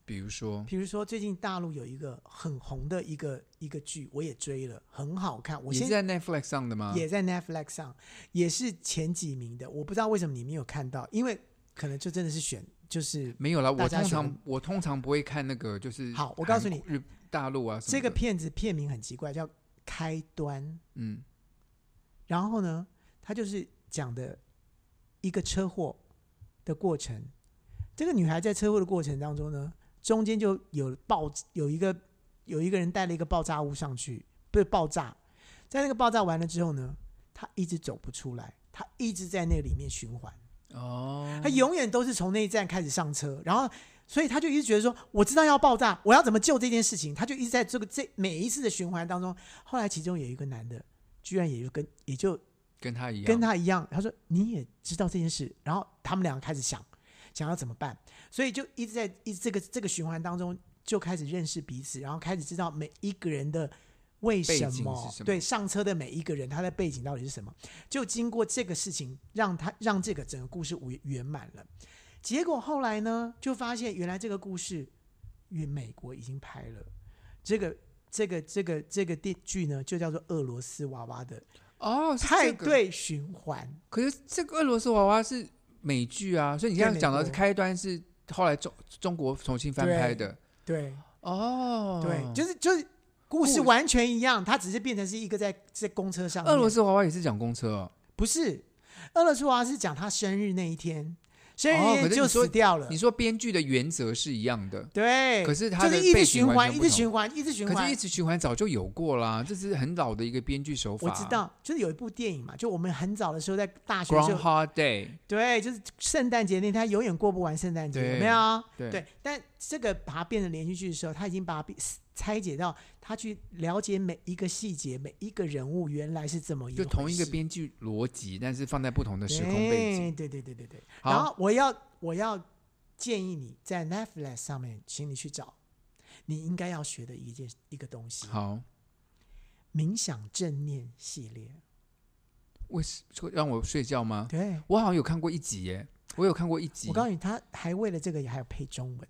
Speaker 2: 比如说
Speaker 1: 比如说最近大陆有一个很红的一个一个剧，我也追了，很好看。我
Speaker 2: 也
Speaker 1: 现
Speaker 2: 是
Speaker 1: 在
Speaker 2: 在 Netflix 上的吗？
Speaker 1: 也在 Netflix 上，也是前几名的。我不知道为什么你没有看到，因为可能就真的是选就是
Speaker 2: 没有啦，
Speaker 1: 大
Speaker 2: 我
Speaker 1: 家
Speaker 2: 通
Speaker 1: 喜欢
Speaker 2: 常我通常不会看那个，就是
Speaker 1: 好我告诉你
Speaker 2: 韩国，日大陆啊什么
Speaker 1: 这个
Speaker 2: 的
Speaker 1: 片子片名很奇怪，叫《开端
Speaker 2: 嗯》。
Speaker 1: 然后呢，它就是讲的一个车祸的过程。这个女孩在车祸的过程当中呢，中间就有爆，有一个有一个人带了一个爆炸物上去，不是爆炸，在那个爆炸完了之后呢，她一直走不出来，她一直在那个里面循环。
Speaker 2: 哦，
Speaker 1: 他永远都是从那一站开始上车，然后，所以他就一直觉得说，我知道要爆炸，我要怎么救这件事情，他就一直在这个这每一次的循环当中。后来其中有一个男的，居然也就跟也就
Speaker 2: 跟他一样，
Speaker 1: 跟他一样，他说你也知道这件事，然后他们两个开始想想要怎么办，所以就一直在一直这个这个循环当中就开始认识彼此，然后开始知道每一个人的为什
Speaker 2: 背景是
Speaker 1: 么
Speaker 2: 什么
Speaker 1: 对上车的每一个人他的背景到底是什么，就经过这个事情让他让这个整个故事圆圆满了。结果后来呢，就发现原来这个故事，因为美国已经拍了这个。这个这个这个电剧呢，就叫做《俄罗斯娃娃》的
Speaker 2: 哦，是
Speaker 1: 派
Speaker 2: 这个。
Speaker 1: 对循环，
Speaker 2: 可是这个俄罗斯娃娃是美剧啊，所以你现在
Speaker 1: 对
Speaker 2: 讲
Speaker 1: 美
Speaker 2: 的
Speaker 1: 国
Speaker 2: 开端是后来中中国重新翻拍的
Speaker 1: 对
Speaker 2: 哦，
Speaker 1: 对，就是就是故事
Speaker 2: 故
Speaker 1: 完全一样，它只是变成是一个在在公车上面。
Speaker 2: 俄罗斯娃娃也是讲公车哦，
Speaker 1: 不是俄罗斯娃娃是讲他生日那一天，生日
Speaker 2: 哦
Speaker 1: 那
Speaker 2: 可
Speaker 1: 天
Speaker 2: 是
Speaker 1: 就
Speaker 2: 你说
Speaker 1: 死掉了。
Speaker 2: 你说编剧的原则是一样的，
Speaker 1: 对，
Speaker 2: 可是它
Speaker 1: 就
Speaker 2: 的
Speaker 1: 是一
Speaker 2: 背
Speaker 1: 直
Speaker 2: 景
Speaker 1: 循
Speaker 2: 完
Speaker 1: 环，
Speaker 2: 全
Speaker 1: 一
Speaker 2: 不
Speaker 1: 直
Speaker 2: 同
Speaker 1: 循环，一直循
Speaker 2: 可是
Speaker 1: 环
Speaker 2: 一。直循环早就有过啦，这是很老的一个编剧手法。
Speaker 1: 我知道，就是有一部电影嘛，就我们很早的时候在大学的时候，
Speaker 2: Groundhog Day，
Speaker 1: 对，就是圣诞节那天，他永远过不完圣诞节，
Speaker 2: 对
Speaker 1: 有没有？
Speaker 2: 对
Speaker 1: 对，但这个把它变成连续剧的时候，他已经把它变拆解到他去了解每一个细节，每一个人物原来是怎么一
Speaker 2: 就
Speaker 1: 回
Speaker 2: 同一个
Speaker 1: 事
Speaker 2: 编剧逻辑，但是放在不同的时空背景。
Speaker 1: 对对对对对。
Speaker 2: 好
Speaker 1: 然后我要我要建议你在 Netflix 上面，请你去找你应该要学的一件一个东西
Speaker 2: 好，
Speaker 1: ——冥想正念系列。
Speaker 2: 为什说让我睡觉吗？
Speaker 1: 对，
Speaker 2: 我好像有看过一集耶，我有看过一集。
Speaker 1: 我告诉你，他还为了这个也还有配中文。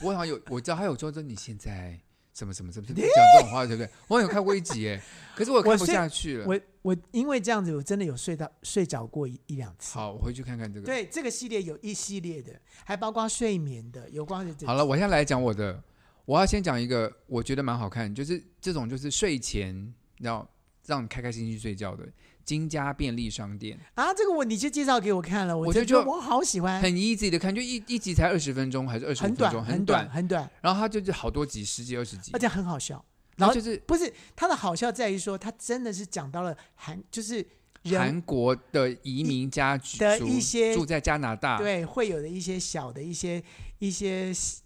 Speaker 2: 我好像有，我知道他有说说你现在什么什 么什么什么讲这种话，对不对？我好像有看过一集耶，可是我看不下去了。
Speaker 1: 我我因为这样子，我真的有睡到睡着过一一两次。
Speaker 2: 好，我回去看看这个。
Speaker 1: 对，这个系列有一系列的，还包括睡眠的，有关的。
Speaker 2: 好了，，我现在来讲我的，我要先讲一个我觉得蛮好看，就是这种就是睡前要让你开开心心去睡觉的金家便利商店，
Speaker 1: 啊，这个我你就介绍给我看了，我
Speaker 2: 我
Speaker 1: 真
Speaker 2: 就
Speaker 1: 觉得
Speaker 2: 就
Speaker 1: 我好喜欢，
Speaker 2: 很 easy 的看，就一一集才二十分钟还是二十
Speaker 1: 很
Speaker 2: 分钟，
Speaker 1: 短，
Speaker 2: 很
Speaker 1: 很短，很短，
Speaker 2: 然后它就是好多集，十几二十集
Speaker 1: 而，且很好笑。
Speaker 2: 然后就是
Speaker 1: 不是他的好笑在于说，他真的是讲到了韩，就是人
Speaker 2: 韩国的移民家族
Speaker 1: 的一些
Speaker 2: 住在加拿大，
Speaker 1: 对会有的一些小的一些一些习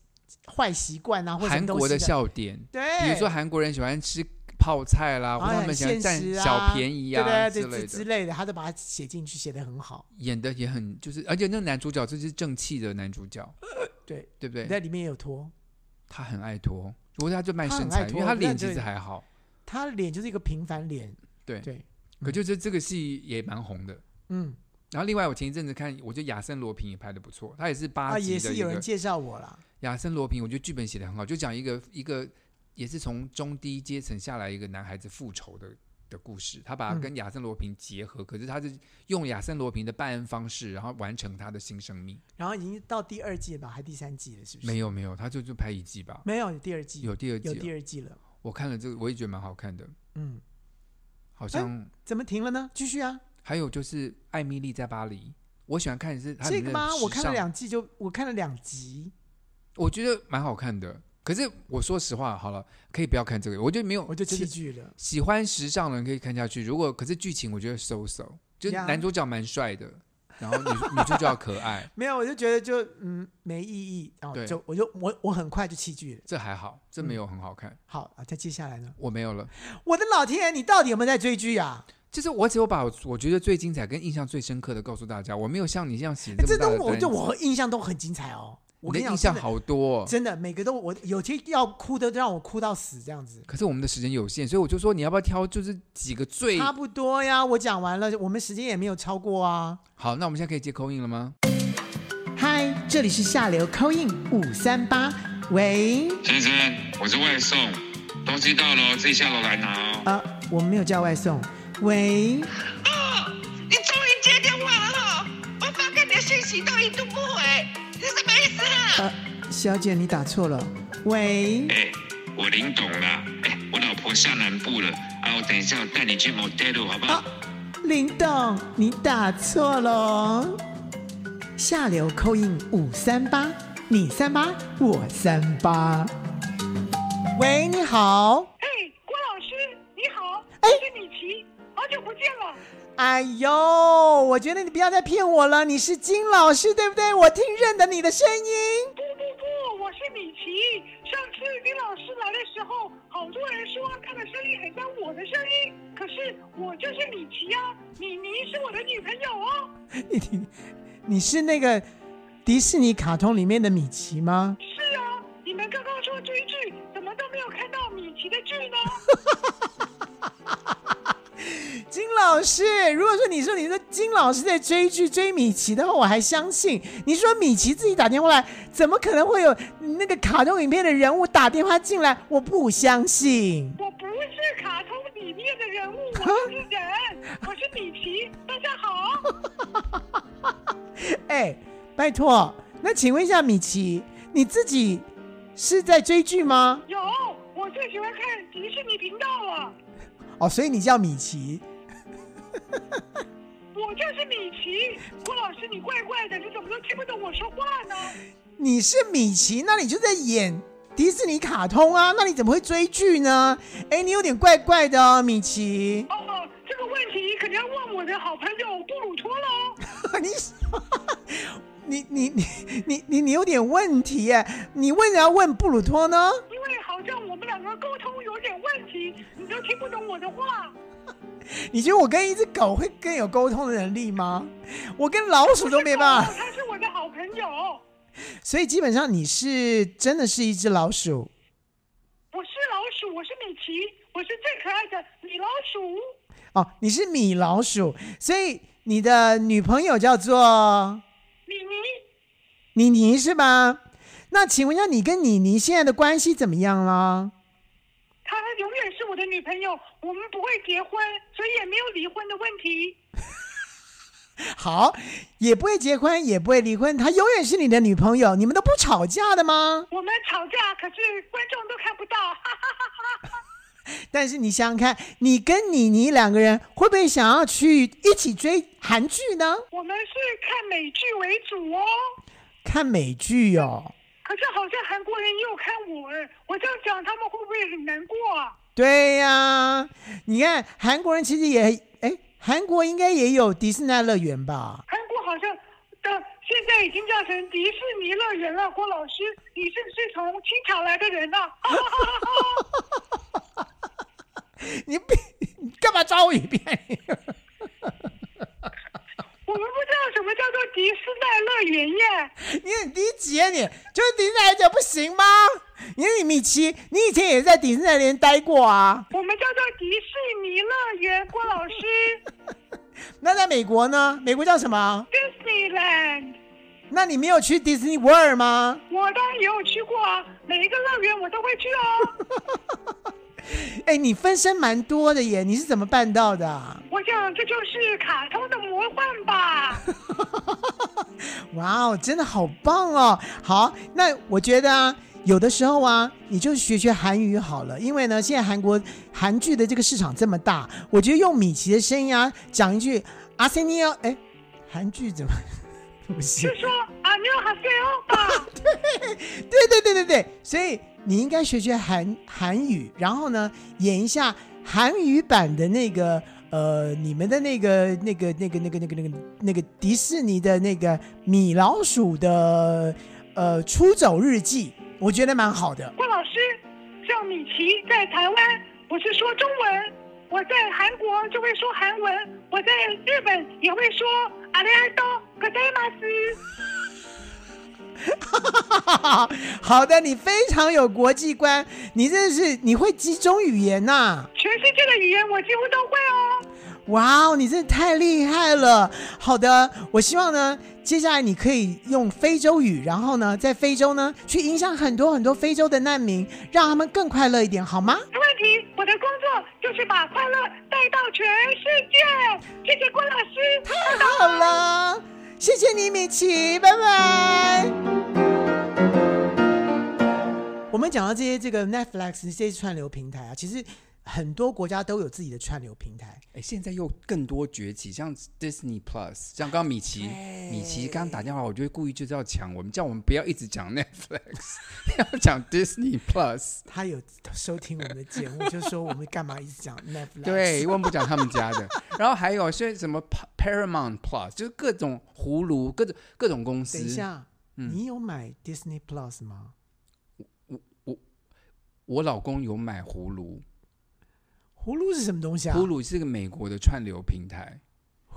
Speaker 1: 坏习惯啊，或者什
Speaker 2: 韩
Speaker 1: 么东
Speaker 2: 国
Speaker 1: 西
Speaker 2: 的笑点，
Speaker 1: 对，
Speaker 2: 比如说韩国人喜欢吃泡菜
Speaker 1: 然
Speaker 2: 啦，或
Speaker 1: 后
Speaker 2: 者他
Speaker 1: 很
Speaker 2: 们喜欢
Speaker 1: 现实
Speaker 2: 占
Speaker 1: 啊，
Speaker 2: 小便宜啊
Speaker 1: 对
Speaker 2: 之
Speaker 1: 对对
Speaker 2: 类
Speaker 1: 之之
Speaker 2: 的，
Speaker 1: 类的，他都把它写进去，写的很好。
Speaker 2: 演的也很就是，而且那个男主角就是正气的男主角，
Speaker 1: 对，
Speaker 2: 对不
Speaker 1: 你
Speaker 2: 对？
Speaker 1: 在里面也有脱，
Speaker 2: 他很爱拖，不过他就卖
Speaker 1: 他很
Speaker 2: 身
Speaker 1: 爱
Speaker 2: 材，因为
Speaker 1: 拖
Speaker 2: 他
Speaker 1: 那
Speaker 2: 脸其
Speaker 1: 对
Speaker 2: 实还好，
Speaker 1: 他脸就是一个平凡脸。
Speaker 2: 对
Speaker 1: 对，
Speaker 2: 可就是这个戏也蛮红的。
Speaker 1: 嗯，
Speaker 2: 然后另外我前一阵子看，我觉得亚森罗平也拍的不错，他也是八
Speaker 1: 啊，
Speaker 2: 集
Speaker 1: 也
Speaker 2: 的
Speaker 1: 是
Speaker 2: 一
Speaker 1: 有
Speaker 2: 个
Speaker 1: 人介绍我啦。
Speaker 2: 亚森罗平，我觉得剧本写的很好，就讲一个一个也是从中低阶层下来一个男孩子复仇的的故事，他把它跟亚森罗平结合，可是他是用亚森罗平的办案方式，然后完成他的新生命。
Speaker 1: 然后已经到第二季了吧，还第三季了，是不是？
Speaker 2: 没有没有，他就就拍一季吧，
Speaker 1: 没有，有第二季，
Speaker 2: 有第二季
Speaker 1: 有
Speaker 2: 哦，
Speaker 1: 第二季了。
Speaker 2: 我看了这个，我也觉得蛮好看的，
Speaker 1: 嗯，
Speaker 2: 好像
Speaker 1: 怎么停了呢？继续啊，
Speaker 2: 还有就是《艾米丽在巴黎》，我喜欢看的是它里
Speaker 1: 这
Speaker 2: 面
Speaker 1: 个
Speaker 2: 的
Speaker 1: 吗？
Speaker 2: 时
Speaker 1: 我看了
Speaker 2: 尚
Speaker 1: 两季就，我看了两集，
Speaker 2: 我觉得蛮好看的。可是我说实话，好了，可以不要看这个，我觉得没有，
Speaker 1: 我就嗯
Speaker 2: 其
Speaker 1: 弃
Speaker 2: 实
Speaker 1: 剧了。
Speaker 2: 喜欢时尚的人可以看下去。如果可是剧情，我觉得 so so，就
Speaker 1: 呀
Speaker 2: 男主角蛮帅的，然后女女主角可爱，
Speaker 1: 没有，我就觉得就嗯没意义，然后
Speaker 2: 对
Speaker 1: 就我就我我很快就弃剧了。
Speaker 2: 这还好，这没有很好看。
Speaker 1: 好啊，再接下来呢？
Speaker 2: 我没有了，
Speaker 1: 我的老天爷，啊你到底有没有在追剧啊？
Speaker 2: 就是我只有把我觉得最精彩跟印象最深刻的告诉大家，我没有像你这样写
Speaker 1: 哎这
Speaker 2: 这么大
Speaker 1: 都
Speaker 2: 的
Speaker 1: 我
Speaker 2: 单
Speaker 1: 对
Speaker 2: 子。
Speaker 1: 我印象都很精彩哦。我
Speaker 2: 你
Speaker 1: 跟
Speaker 2: 的
Speaker 1: 讲，
Speaker 2: 印象
Speaker 1: 真的
Speaker 2: 好多、哦，
Speaker 1: 真的每个都我有些要哭的都让我哭到死这样子。
Speaker 2: 可是我们的时间有限，所以我就说你要不要挑就是几个最
Speaker 1: 差不多呀，我讲完了，我们时间也没有超过啊。
Speaker 2: 好？那我们现在可以接口音了吗？
Speaker 1: 嗨，这里是下流 c in 五三八，喂，
Speaker 3: 先生，我是外送，东西到了哦自己下楼来拿哦。
Speaker 1: 呃，我们没有叫外送，喂，
Speaker 4: 哦，你终于接电话了哈、我发给你的信息都一度不回，是什么意思啊？
Speaker 1: 呃，小姐你打错了，喂，
Speaker 3: 哎、我林董啦，哎、我老婆下南部了，啊，我等一下我带你去 motel 好不好？
Speaker 1: 林董你打错了哦，下流 c in 五三八，你三八我三八，喂，你好。
Speaker 4: 哎，郭老师你好，
Speaker 1: 哎
Speaker 4: 我是米奇，好久不见了。
Speaker 1: 哎呦，我觉得你不要再骗我了，你是金老师对不对？我听认得你的声音。
Speaker 4: 不不不，我是米奇。上次李老师来的时候，好多人说他的声音很像我的声音，可是我就是米奇啊，米妮是我的女朋友哦。
Speaker 1: 你 你是那个迪士尼卡通里面的米奇吗？
Speaker 4: 是啊，你们刚刚说追剧，怎么都没有看到米奇的剧呢？
Speaker 1: 金老师，如果说你说你说金老师在追剧追米奇的话，我还相信。你说米奇自己打电话来，怎么可能会有那个卡通影片的人物打电话进来？我不相信。
Speaker 4: 我不是卡通里面的人物，我就是人，我是米奇。大家好，
Speaker 1: 哎，拜托，那请问一下米奇，你自己是在追剧吗？
Speaker 4: 有我最喜欢看迪士尼频道了，
Speaker 1: 哦，所以你叫米奇。
Speaker 4: 我就是米奇。郭老师，你怪怪的，你怎么都听不懂我说话呢？。
Speaker 1: 你是米奇，那你就在演迪士尼卡通啊，那你怎么会追剧呢？哎，你有点怪怪的哦，米奇
Speaker 4: 哦，这个问题肯定要问我的好朋友布鲁托喽。
Speaker 1: 你你 你你你你你有点问题耶，你为什么要问布鲁托呢？
Speaker 4: 因为好像我们两个沟通有点问题，你都听不懂我的话。
Speaker 1: 你觉得我跟一只狗会更有沟通的能力吗？我跟老鼠都没办 法，
Speaker 4: 他是我的好朋友，
Speaker 1: 所以基本上你是真的是一只老鼠。
Speaker 4: 我是老鼠，我是米奇，我是最可爱的米老鼠。
Speaker 1: 哦，你是米老鼠，所以你的女朋友叫做
Speaker 4: 米妮。
Speaker 1: 妮妮是吧？那请问一下，你跟妮妮现在的关系怎么样啦？
Speaker 4: 她永远是我的女朋友，我们不会结婚，所以也没有离婚的问题。
Speaker 1: 好，也不会结婚，也不会离婚，她永远是你的女朋友，你们都不吵架的吗？
Speaker 4: 我们吵架，可是观众都看不到，哈哈哈哈哈。
Speaker 1: 但是你想想看，你跟妮妮两个人会不会想要去一起追韩剧呢？
Speaker 4: 我们是看美剧为主哦，
Speaker 1: 看美剧哦。
Speaker 4: 可是好像韩国人也有看我，我这样讲他们会不会很难过啊？
Speaker 1: 对呀、你看韩国人其实也，哎，韩国应该也有迪士尼乐园吧？
Speaker 4: 韩国好像的现在已经叫成迪士尼乐园了。郭老师，你是不是从清朝来的人呐、啊？哈哈哈哈哈。
Speaker 1: 你别你干嘛抓我语病？
Speaker 4: 我们不知道什么叫做迪斯奈乐园耶。
Speaker 1: 你很低级啊你！就是迪士尼来讲不行吗？你你米奇，你以前也在迪士尼连待过啊。
Speaker 4: 我们叫做迪士尼乐园，郭老师
Speaker 1: 那在美国呢？美国叫什么？
Speaker 4: ，Disneyland。
Speaker 1: 那你没有去 Disney World 吗？
Speaker 4: 我当然也有去过啊，每一个乐园我都会去哦。
Speaker 1: 哎，你分身蛮多的耶，你是怎么办到的啊、
Speaker 4: 我想这就是卡通的魔幻吧。
Speaker 1: 哇哦，真的好棒哦！好，那我觉得啊，有的时候啊，你就学学韩语好了，因为呢，现在韩国韩剧的这个市场这么大，我觉得用米奇的声音啊，讲一句阿塞尼奥，哎，韩剧怎么 不行
Speaker 4: 就？说啊，你好，哈塞欧吧。
Speaker 1: 对对对对对，所以你应该学学韩韩语，然后呢演一下韩语版的那个呃你们的那个那个那个那个那个那个那个迪士尼的那个米老鼠的呃出走日记， 我觉得蛮好的。
Speaker 4: 郭老师，像米奇在台湾我是说中文，我在韩国就会说韩文，我在日本也会说阿里阿多格代马斯。
Speaker 1: 好的，你非常有国际观，你真的是你会几种语言呐、
Speaker 4: 全世界的语言我几乎都会哦。
Speaker 1: 哇哦，你真的太厉害了！好的，我希望呢，接下来你可以用非洲语，然后呢，在非洲呢去影响很多很多非洲的难民，让他们更快乐一点，好吗？
Speaker 4: 没问题，我的工作就是把快乐带到全世界。谢谢郭老师。
Speaker 1: 太好了，谢谢你，米奇，拜拜。我们讲到这些这个 Netflix 这些串流平台啊，其实很多国家都有自己的串流平台。
Speaker 2: 哎，现在又更多崛起，像 Disney Plus，像刚刚米奇，米奇刚刚打电话，我就会故意就是要抢我们，叫我们不要一直讲 Netflix，要 讲 Disney Plus。
Speaker 1: 他有收听我们的节目，就说我们干嘛一直讲 Netflix？
Speaker 2: 对，我们不讲他们家的。然后还有是什么 Pa- Paramount Plus，就是各种葫芦，各种各种公司。
Speaker 1: 等一，下，
Speaker 2: 嗯
Speaker 1: 你有买 Disney Plus 吗？
Speaker 2: 我老公有买葫芦，
Speaker 1: 葫芦是什么东西啊？
Speaker 2: 葫芦是个美国的串流平台，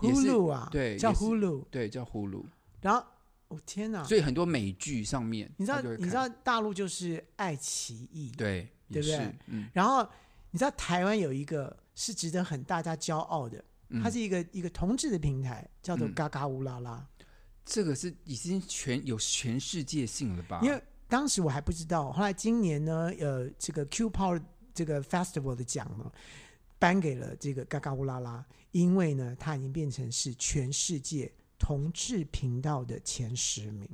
Speaker 2: 也是
Speaker 1: Hulu 啊，
Speaker 2: 对
Speaker 1: 叫
Speaker 2: 也是
Speaker 1: Hulu。
Speaker 2: 对，叫葫芦。
Speaker 1: 然后，哦天哪！
Speaker 2: 所以很多美剧上面，
Speaker 1: 你知道，
Speaker 2: 他就会
Speaker 1: 你知
Speaker 2: 看
Speaker 1: 道大陆就是爱奇艺，。
Speaker 2: 对，也
Speaker 1: 对不
Speaker 2: 是
Speaker 1: 对，
Speaker 2: 嗯，
Speaker 1: 然后你知道台湾有一个是值得很大家骄傲的，它是一个一个同志的平台，叫做
Speaker 2: 嗯
Speaker 1: 嘎嘎乌拉拉。
Speaker 2: 这个是已经全有全世界性了吧？
Speaker 1: 因为当时我还不知道，后来今年呢，呃，这个 Q Power 这个 Festival 的奖呢，颁给了这个嘎嘎乌拉拉，因为呢，它已经变成是全世界同志频道的前十名，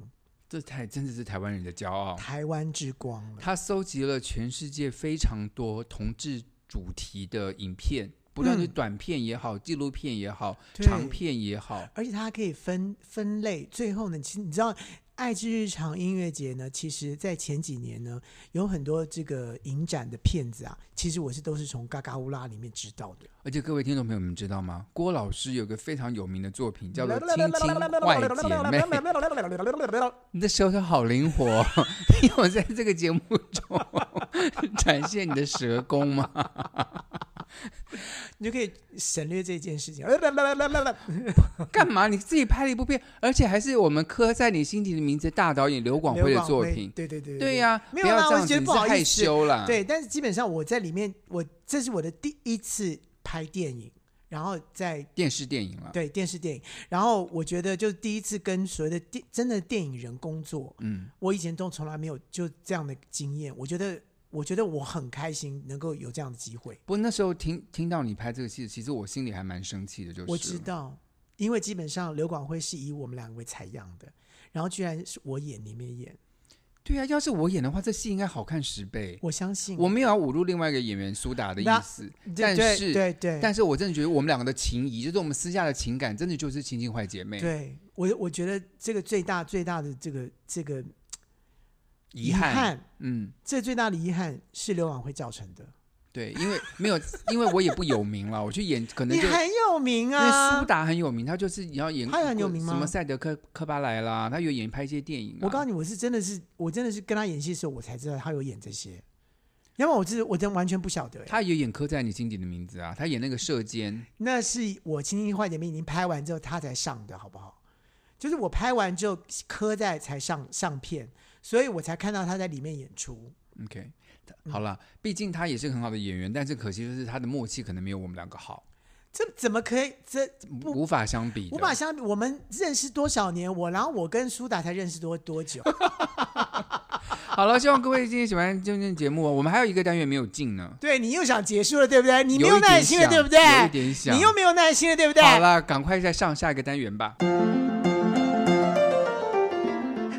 Speaker 2: 这台真的是台湾人的骄傲。
Speaker 1: 台湾之光了。
Speaker 2: 他搜集了全世界非常多同志主题的影片，不论是
Speaker 1: 嗯
Speaker 2: 短片也好、纪录片也好、
Speaker 1: 对
Speaker 2: 长片也好，
Speaker 1: 而且它可以分分类。最后呢，其实你知道，爱之日常音乐节呢，其实在前几年呢，有很多这个影展的片子啊，其实我是都是从嘎嘎乌拉里面知道的。
Speaker 2: 而且各位听众朋友们知道吗？郭老师有个非常有名的作品叫做《亲亲坏姐妹》， 你的舌头好灵活，哦你有在这个节目中 展现你的舌功吗？
Speaker 1: 你就可以省略这件事情。
Speaker 2: 干嘛？你自己拍了一部片，而且还是我们刻在你心底的名字大导演刘广辉的作品。
Speaker 1: 对对对
Speaker 2: 对呀、
Speaker 1: 没
Speaker 2: 不
Speaker 1: 有啦
Speaker 2: 要这
Speaker 1: 我
Speaker 2: 样
Speaker 1: 觉得
Speaker 2: 子，你
Speaker 1: 不
Speaker 2: 是
Speaker 1: 好意
Speaker 2: 害
Speaker 1: 思
Speaker 2: 羞啦。，
Speaker 1: 对，但是基本上我在里面，我这是我的第一次拍电影，然后在
Speaker 2: 电视电影了。
Speaker 1: 对电视电影，然后我觉得就是第一次跟所谓的电真的电影人工作，
Speaker 2: 嗯，
Speaker 1: 我以前都从来没有就这样的经验，我觉得我觉得我很开心能够有这样的机会，
Speaker 2: 不过那时候听听到你拍这个戏，其实我心里还蛮生气的，就是
Speaker 1: 我知道，因为基本上刘广辉是以我们两个为采样的，然后居然是我演里面演，
Speaker 2: 对啊，要是我演的话，这戏应该好看十倍。
Speaker 1: 我相信
Speaker 2: 我没有要侮辱另外一个演员苏打的意
Speaker 1: 那
Speaker 2: 思，
Speaker 1: 对
Speaker 2: 但是
Speaker 1: 对对
Speaker 2: 但
Speaker 1: 对
Speaker 2: 是我真的觉得我们两个的情谊，就是我们私下的情感，真的就是亲亲坏姐妹。
Speaker 1: 对我我觉得这个最大最大的这个这个
Speaker 2: 遗憾，
Speaker 1: 遗憾
Speaker 2: 嗯，
Speaker 1: 这最大的遗憾是刘广辉造成的，
Speaker 2: 对，因为没有，因为我也不有名了，我去演可能
Speaker 1: 你
Speaker 2: 就。
Speaker 1: 很有名
Speaker 2: 因为
Speaker 1: 啊
Speaker 2: 苏。达很有名，他就是你要演，
Speaker 1: 他有很有名吗
Speaker 2: 什么赛德克科巴莱啦，他有演拍一些电影、啊。
Speaker 1: 我告诉你，我是真的是，我真的是跟他演戏的时候，我才知道他有演这些。要么我这我真完全不晓得、欸。
Speaker 2: 他也演刻在你心底的名字啊，他演那个射箭，
Speaker 1: 那是我《轻轻坏点名》已经拍完之后他才上的，好不好？就是我拍完之后柯在才上上片，所以我才看到他在里面演出。
Speaker 2: OK，好了，毕竟他也是个很好的演员，但是可惜就是他的默契可能没有我们两个好，
Speaker 1: 这怎么可以？这不
Speaker 2: 无法相比的。
Speaker 1: 无法相比。我们认识多少年？我然后我跟苏打才认识多多 久？
Speaker 2: 好 了，希望各位今天喜欢今天的节目哦。我们还有一个单元没有进呢，
Speaker 1: 对你又想结束了，对不对？你没
Speaker 2: 有一点
Speaker 1: 耐心了，
Speaker 2: 想
Speaker 1: 对不对
Speaker 2: 有一？点想
Speaker 1: 你又没有耐心了，对不对？
Speaker 2: 好了，赶快再上下一个单元吧。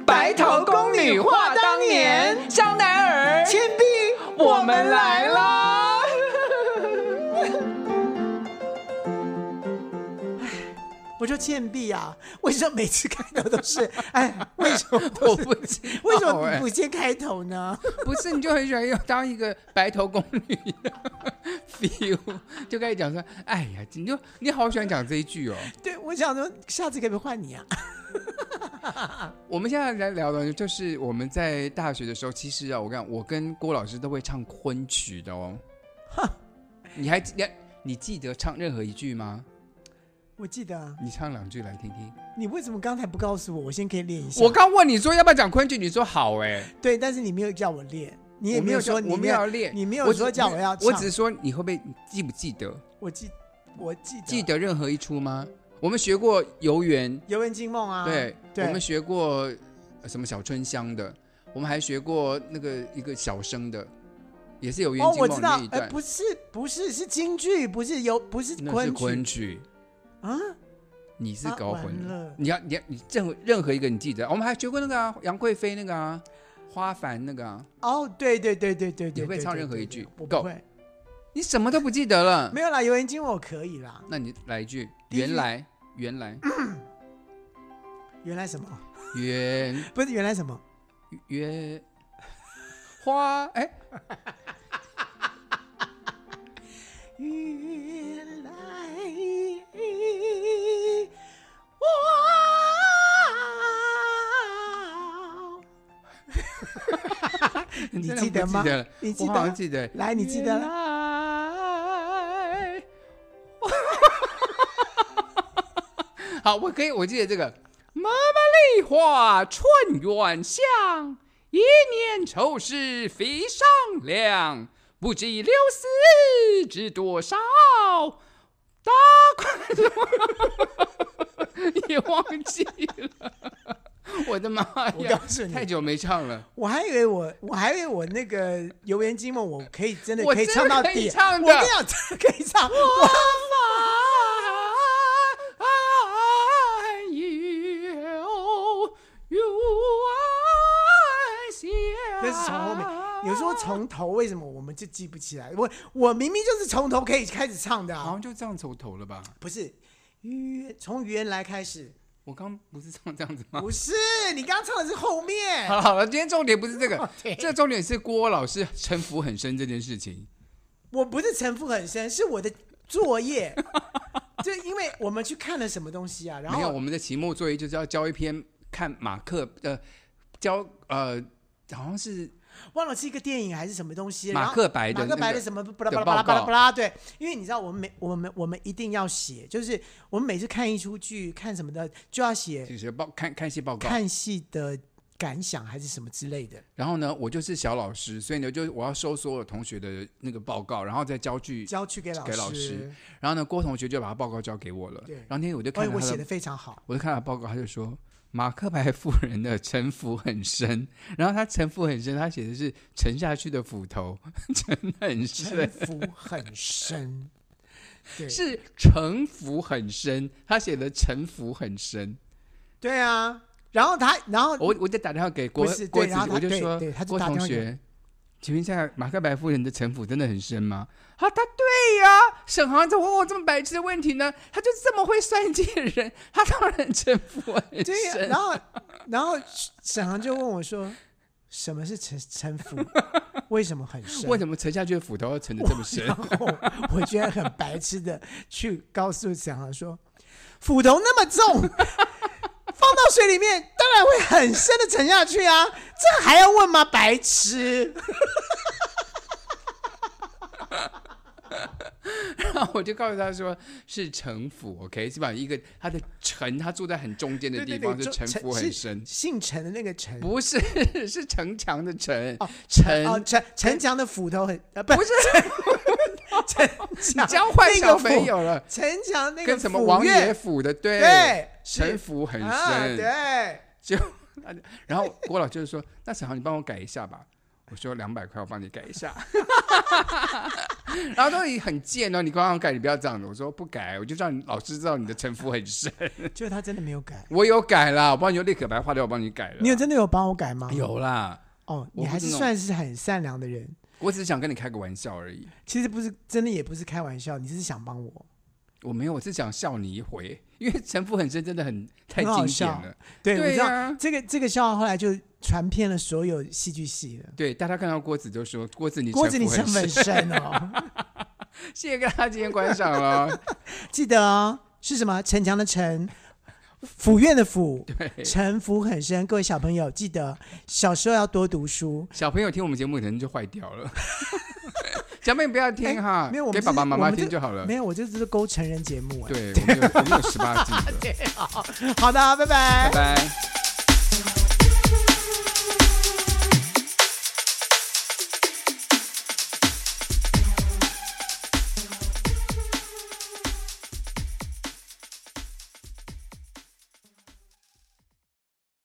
Speaker 2: 白头宫女话当年，香奈儿
Speaker 1: 铅笔，
Speaker 2: 我们来啦！
Speaker 1: 我说倩碧啊，为什么每次开头都 是哎？为什么
Speaker 2: 我
Speaker 1: 都是
Speaker 2: 不知道
Speaker 1: 为什么
Speaker 2: 哎
Speaker 1: 你不先开头呢？
Speaker 2: 不是，你就很喜欢要当一个白头宫女的 feel，就开始讲说，哎呀，你就你好喜欢讲这一句哦。
Speaker 1: 对，我想说下次可不可以换你啊？
Speaker 2: 我们现在来聊的就是我们在大学的时候，其实啊，我跟我跟郭老师都会唱昆曲的哦。你还记你还你记得唱任何一句吗？
Speaker 1: 我记得啊，
Speaker 2: 你唱两句来听听。
Speaker 1: 你为什么刚才不告诉我？我先可以练一下。
Speaker 2: 我刚问你说要不要讲昆剧，你说好哎、
Speaker 1: 对，但是你没有叫我练，你也
Speaker 2: 我没
Speaker 1: 有
Speaker 2: 叫
Speaker 1: 说你
Speaker 2: 我没
Speaker 1: 没
Speaker 2: 有要练，
Speaker 1: 你没有
Speaker 2: 我只
Speaker 1: 说叫我要
Speaker 2: 我
Speaker 1: 唱啊
Speaker 2: 只是说你会不会记不记得？
Speaker 1: 我记我记得
Speaker 2: 记得任何一出吗？我们学过游园，
Speaker 1: 游园惊梦啊，
Speaker 2: 对，
Speaker 1: 对
Speaker 2: 我们学过呃什么小春香的，我们还学过那个一个小生的，也是有园
Speaker 1: 哦，
Speaker 2: 惊
Speaker 1: 我
Speaker 2: 梦
Speaker 1: 知
Speaker 2: 里面
Speaker 1: 道
Speaker 2: 一，
Speaker 1: 哎，
Speaker 2: 段，
Speaker 1: 不是不是是京剧，不是游不是
Speaker 2: 那是
Speaker 1: 昆
Speaker 2: 昆
Speaker 1: 曲
Speaker 2: 曲，
Speaker 1: 啊，
Speaker 2: 你是
Speaker 1: 啊
Speaker 2: 搞
Speaker 1: 完
Speaker 2: 混
Speaker 1: 了
Speaker 2: 你要你要你任何任何一个你记得，我们还学过那个啊，杨贵妃那个啊，花凡那个啊，
Speaker 1: 哦，对对对对对对，
Speaker 2: 你会
Speaker 1: 对
Speaker 2: 唱
Speaker 1: 对
Speaker 2: 任何
Speaker 1: 对
Speaker 2: 一
Speaker 1: 对
Speaker 2: 句
Speaker 1: 我
Speaker 2: 够
Speaker 1: 不会，
Speaker 2: 你什么都不记得了。
Speaker 1: 没有啦，游园惊梦我可以啦，
Speaker 2: 那你来一句，
Speaker 1: 第一句
Speaker 2: 原来原来
Speaker 1: 原来什么？
Speaker 2: 原
Speaker 1: 不是原来什么？
Speaker 2: 原花哎，
Speaker 1: 原来我。 你
Speaker 2: 真的
Speaker 1: 记
Speaker 2: 不
Speaker 1: 得吗
Speaker 2: 记得了
Speaker 1: 你记
Speaker 2: 我
Speaker 1: 得
Speaker 2: 好像记得，
Speaker 1: 来，你记得
Speaker 2: 原
Speaker 1: 了？
Speaker 2: 来。 好，我可以，我记得这个。妈妈梨花春远香，一年愁是费上量。不知柳丝知多少，大块 也忘记了。我的妈
Speaker 1: 我
Speaker 2: 呀
Speaker 1: 告！诉你
Speaker 2: 太，久没唱了。
Speaker 1: 我还以为我，我还以为我那个《游园惊梦》，我可以真的
Speaker 2: 我
Speaker 1: 可以
Speaker 2: 真
Speaker 1: 唱
Speaker 2: 的
Speaker 1: 到
Speaker 2: 可以
Speaker 1: 底。
Speaker 2: 唱的
Speaker 1: 我跟你讲，真的可以唱。
Speaker 2: 我满有缘想。
Speaker 1: 但是从后面，有时候从头为什么我们就记不起来？我我明明就是从头可以开始唱的、
Speaker 2: 好
Speaker 1: 啊，
Speaker 2: 像就这样走头了吧？
Speaker 1: 不是？原从原来开始，
Speaker 2: 我刚不是唱这样子吗？
Speaker 1: 不是你刚刚唱的是后面
Speaker 2: 好。了好了，今天重点不是这个
Speaker 1: 对，
Speaker 2: 这重点是郭老师城府很深这件事情。
Speaker 1: 我不是城府很深，是我的作 业。就因为我们去看了什么东西啊，然
Speaker 2: 没有，
Speaker 1: 后
Speaker 2: 我们的期末作业就是要交一篇看马克呃教呃好像是
Speaker 1: 忘了是一个电影还是什么东西，
Speaker 2: 马
Speaker 1: 然后
Speaker 2: 克白的
Speaker 1: 马克白
Speaker 2: 那个
Speaker 1: 的什么巴拉
Speaker 2: 的
Speaker 1: 巴拉巴拉巴
Speaker 2: 报告
Speaker 1: 拉巴拉，对，因为你知道我们每我们我们一定要写，就是我们每次看一出剧看什么的就要写
Speaker 2: 就是报看看戏报告。
Speaker 1: 看戏的感想还是什么之类的。
Speaker 2: 然后呢，我就是小老师，所以呢，就我要收所有同学的那个报告，然后再交去
Speaker 1: 交去给老师。
Speaker 2: 给老师然后呢，郭同学就把他报告交给我了。
Speaker 1: 对
Speaker 2: 然后那天我就
Speaker 1: 哎
Speaker 2: 看，到
Speaker 1: 我
Speaker 2: 他
Speaker 1: 写
Speaker 2: 的
Speaker 1: 的，非常 好。
Speaker 2: 我就看他的报告，他就说马克白夫人的城府很深， 然后他城府很深，他写的是沉下去的斧头， 沉
Speaker 1: 城
Speaker 2: 很深，
Speaker 1: 府很深，对，
Speaker 2: 是城府很深，他写的城府很深。
Speaker 1: 对啊。然后他，然后
Speaker 2: 我我就打电话给郭
Speaker 1: 不是
Speaker 2: 郭
Speaker 1: 对
Speaker 2: 子
Speaker 1: 然后，他
Speaker 2: 我就
Speaker 1: 对
Speaker 2: 说
Speaker 1: 对他就
Speaker 2: 郭
Speaker 1: 打
Speaker 2: 同
Speaker 1: 电话给
Speaker 2: 学，请问一下，马克白夫人的城府真的很深吗？啊，他对呀、沈航怎么问我这么白痴的问题呢？他就是这么会算计的人，他当然城府很
Speaker 1: 对呀，
Speaker 2: 深
Speaker 1: 然。后然后沈航就问我说：“什么是城城 府？为什么很深？”
Speaker 2: 为什么沉下去的斧头要沉得这么深
Speaker 1: 然？后我居然很白痴的去告诉沈航说：“斧头那么重， 放到水里面当然会很深的沉下去啊，这还要问吗？白痴！”
Speaker 2: 后我就告诉他说是城府，OK，是吧？一个他的城，他住在很中间的
Speaker 1: 对
Speaker 2: 地
Speaker 1: 对
Speaker 2: 方，
Speaker 1: 对，
Speaker 2: 就城府很深
Speaker 1: 是。姓陈的那个哦陈，
Speaker 2: 不是，是 城墙的城，
Speaker 1: 陈哦
Speaker 2: 城。
Speaker 1: 陈陈强的斧头很呃不
Speaker 2: 不
Speaker 1: 是陈
Speaker 2: 你
Speaker 1: 强
Speaker 2: 这样换
Speaker 1: 那
Speaker 2: 小
Speaker 1: 个
Speaker 2: 朋
Speaker 1: 斧
Speaker 2: 友了，
Speaker 1: 陈强那个
Speaker 2: 跟什么
Speaker 1: 斧
Speaker 2: 王
Speaker 1: 钺
Speaker 2: 爷府的对
Speaker 1: 对是
Speaker 2: 城府很深。
Speaker 1: 啊对。
Speaker 2: 就然后郭老就是说：“那沈航，你帮我改一下吧。”我说：“两百块，我帮你改一下。” 然后都你很贱哦，你刚刚改，你不要这样的。我说不改，我就让你老师知道你的城府很深。
Speaker 1: 就他真的没有改。
Speaker 2: 我有改啦，我帮你用立可白化掉，我帮你改了。
Speaker 1: 你有真的有帮我改吗？
Speaker 2: 啊有啦，
Speaker 1: 哦，你
Speaker 2: 我不
Speaker 1: 还
Speaker 2: 是
Speaker 1: 是
Speaker 2: 那种
Speaker 1: 算是很善良的人。
Speaker 2: 我只是想跟你开个玩笑而已。
Speaker 1: 其实不是真的，也不是开玩笑，你是想帮我。
Speaker 2: 我没有，我是想笑你一回，因为城府很深，真的很太
Speaker 1: 很好
Speaker 2: 经典
Speaker 1: 笑
Speaker 2: 了。
Speaker 1: 对，我
Speaker 2: 对
Speaker 1: 知
Speaker 2: 呀
Speaker 1: 道这个这个笑话后来就传遍了所有戏剧系了。
Speaker 2: 对，大家看到郭子就说：“郭子你
Speaker 1: 郭子，你
Speaker 2: 城
Speaker 1: 成
Speaker 2: 府很
Speaker 1: 本
Speaker 2: 深。
Speaker 1: 深哦，”
Speaker 2: 谢谢大家今天观赏了。
Speaker 1: 记得哦，是什么？城墙的城，府院的府，
Speaker 2: 对
Speaker 1: 城府很深。各位小朋友，记得小时候要多读书。
Speaker 2: 小朋友听我们节目可能就坏掉 了，小朋友不要听哈，
Speaker 1: 哎没有，我
Speaker 2: 给
Speaker 1: 们这
Speaker 2: 爸爸
Speaker 1: 是
Speaker 2: 妈
Speaker 1: 我
Speaker 2: 妈
Speaker 1: 们
Speaker 2: 听
Speaker 1: 这
Speaker 2: 就好了
Speaker 1: 没。有，我这是勾成人节目。哎，
Speaker 2: 对，我们有我们有十八禁的，
Speaker 1: 好的，拜拜
Speaker 2: 拜拜。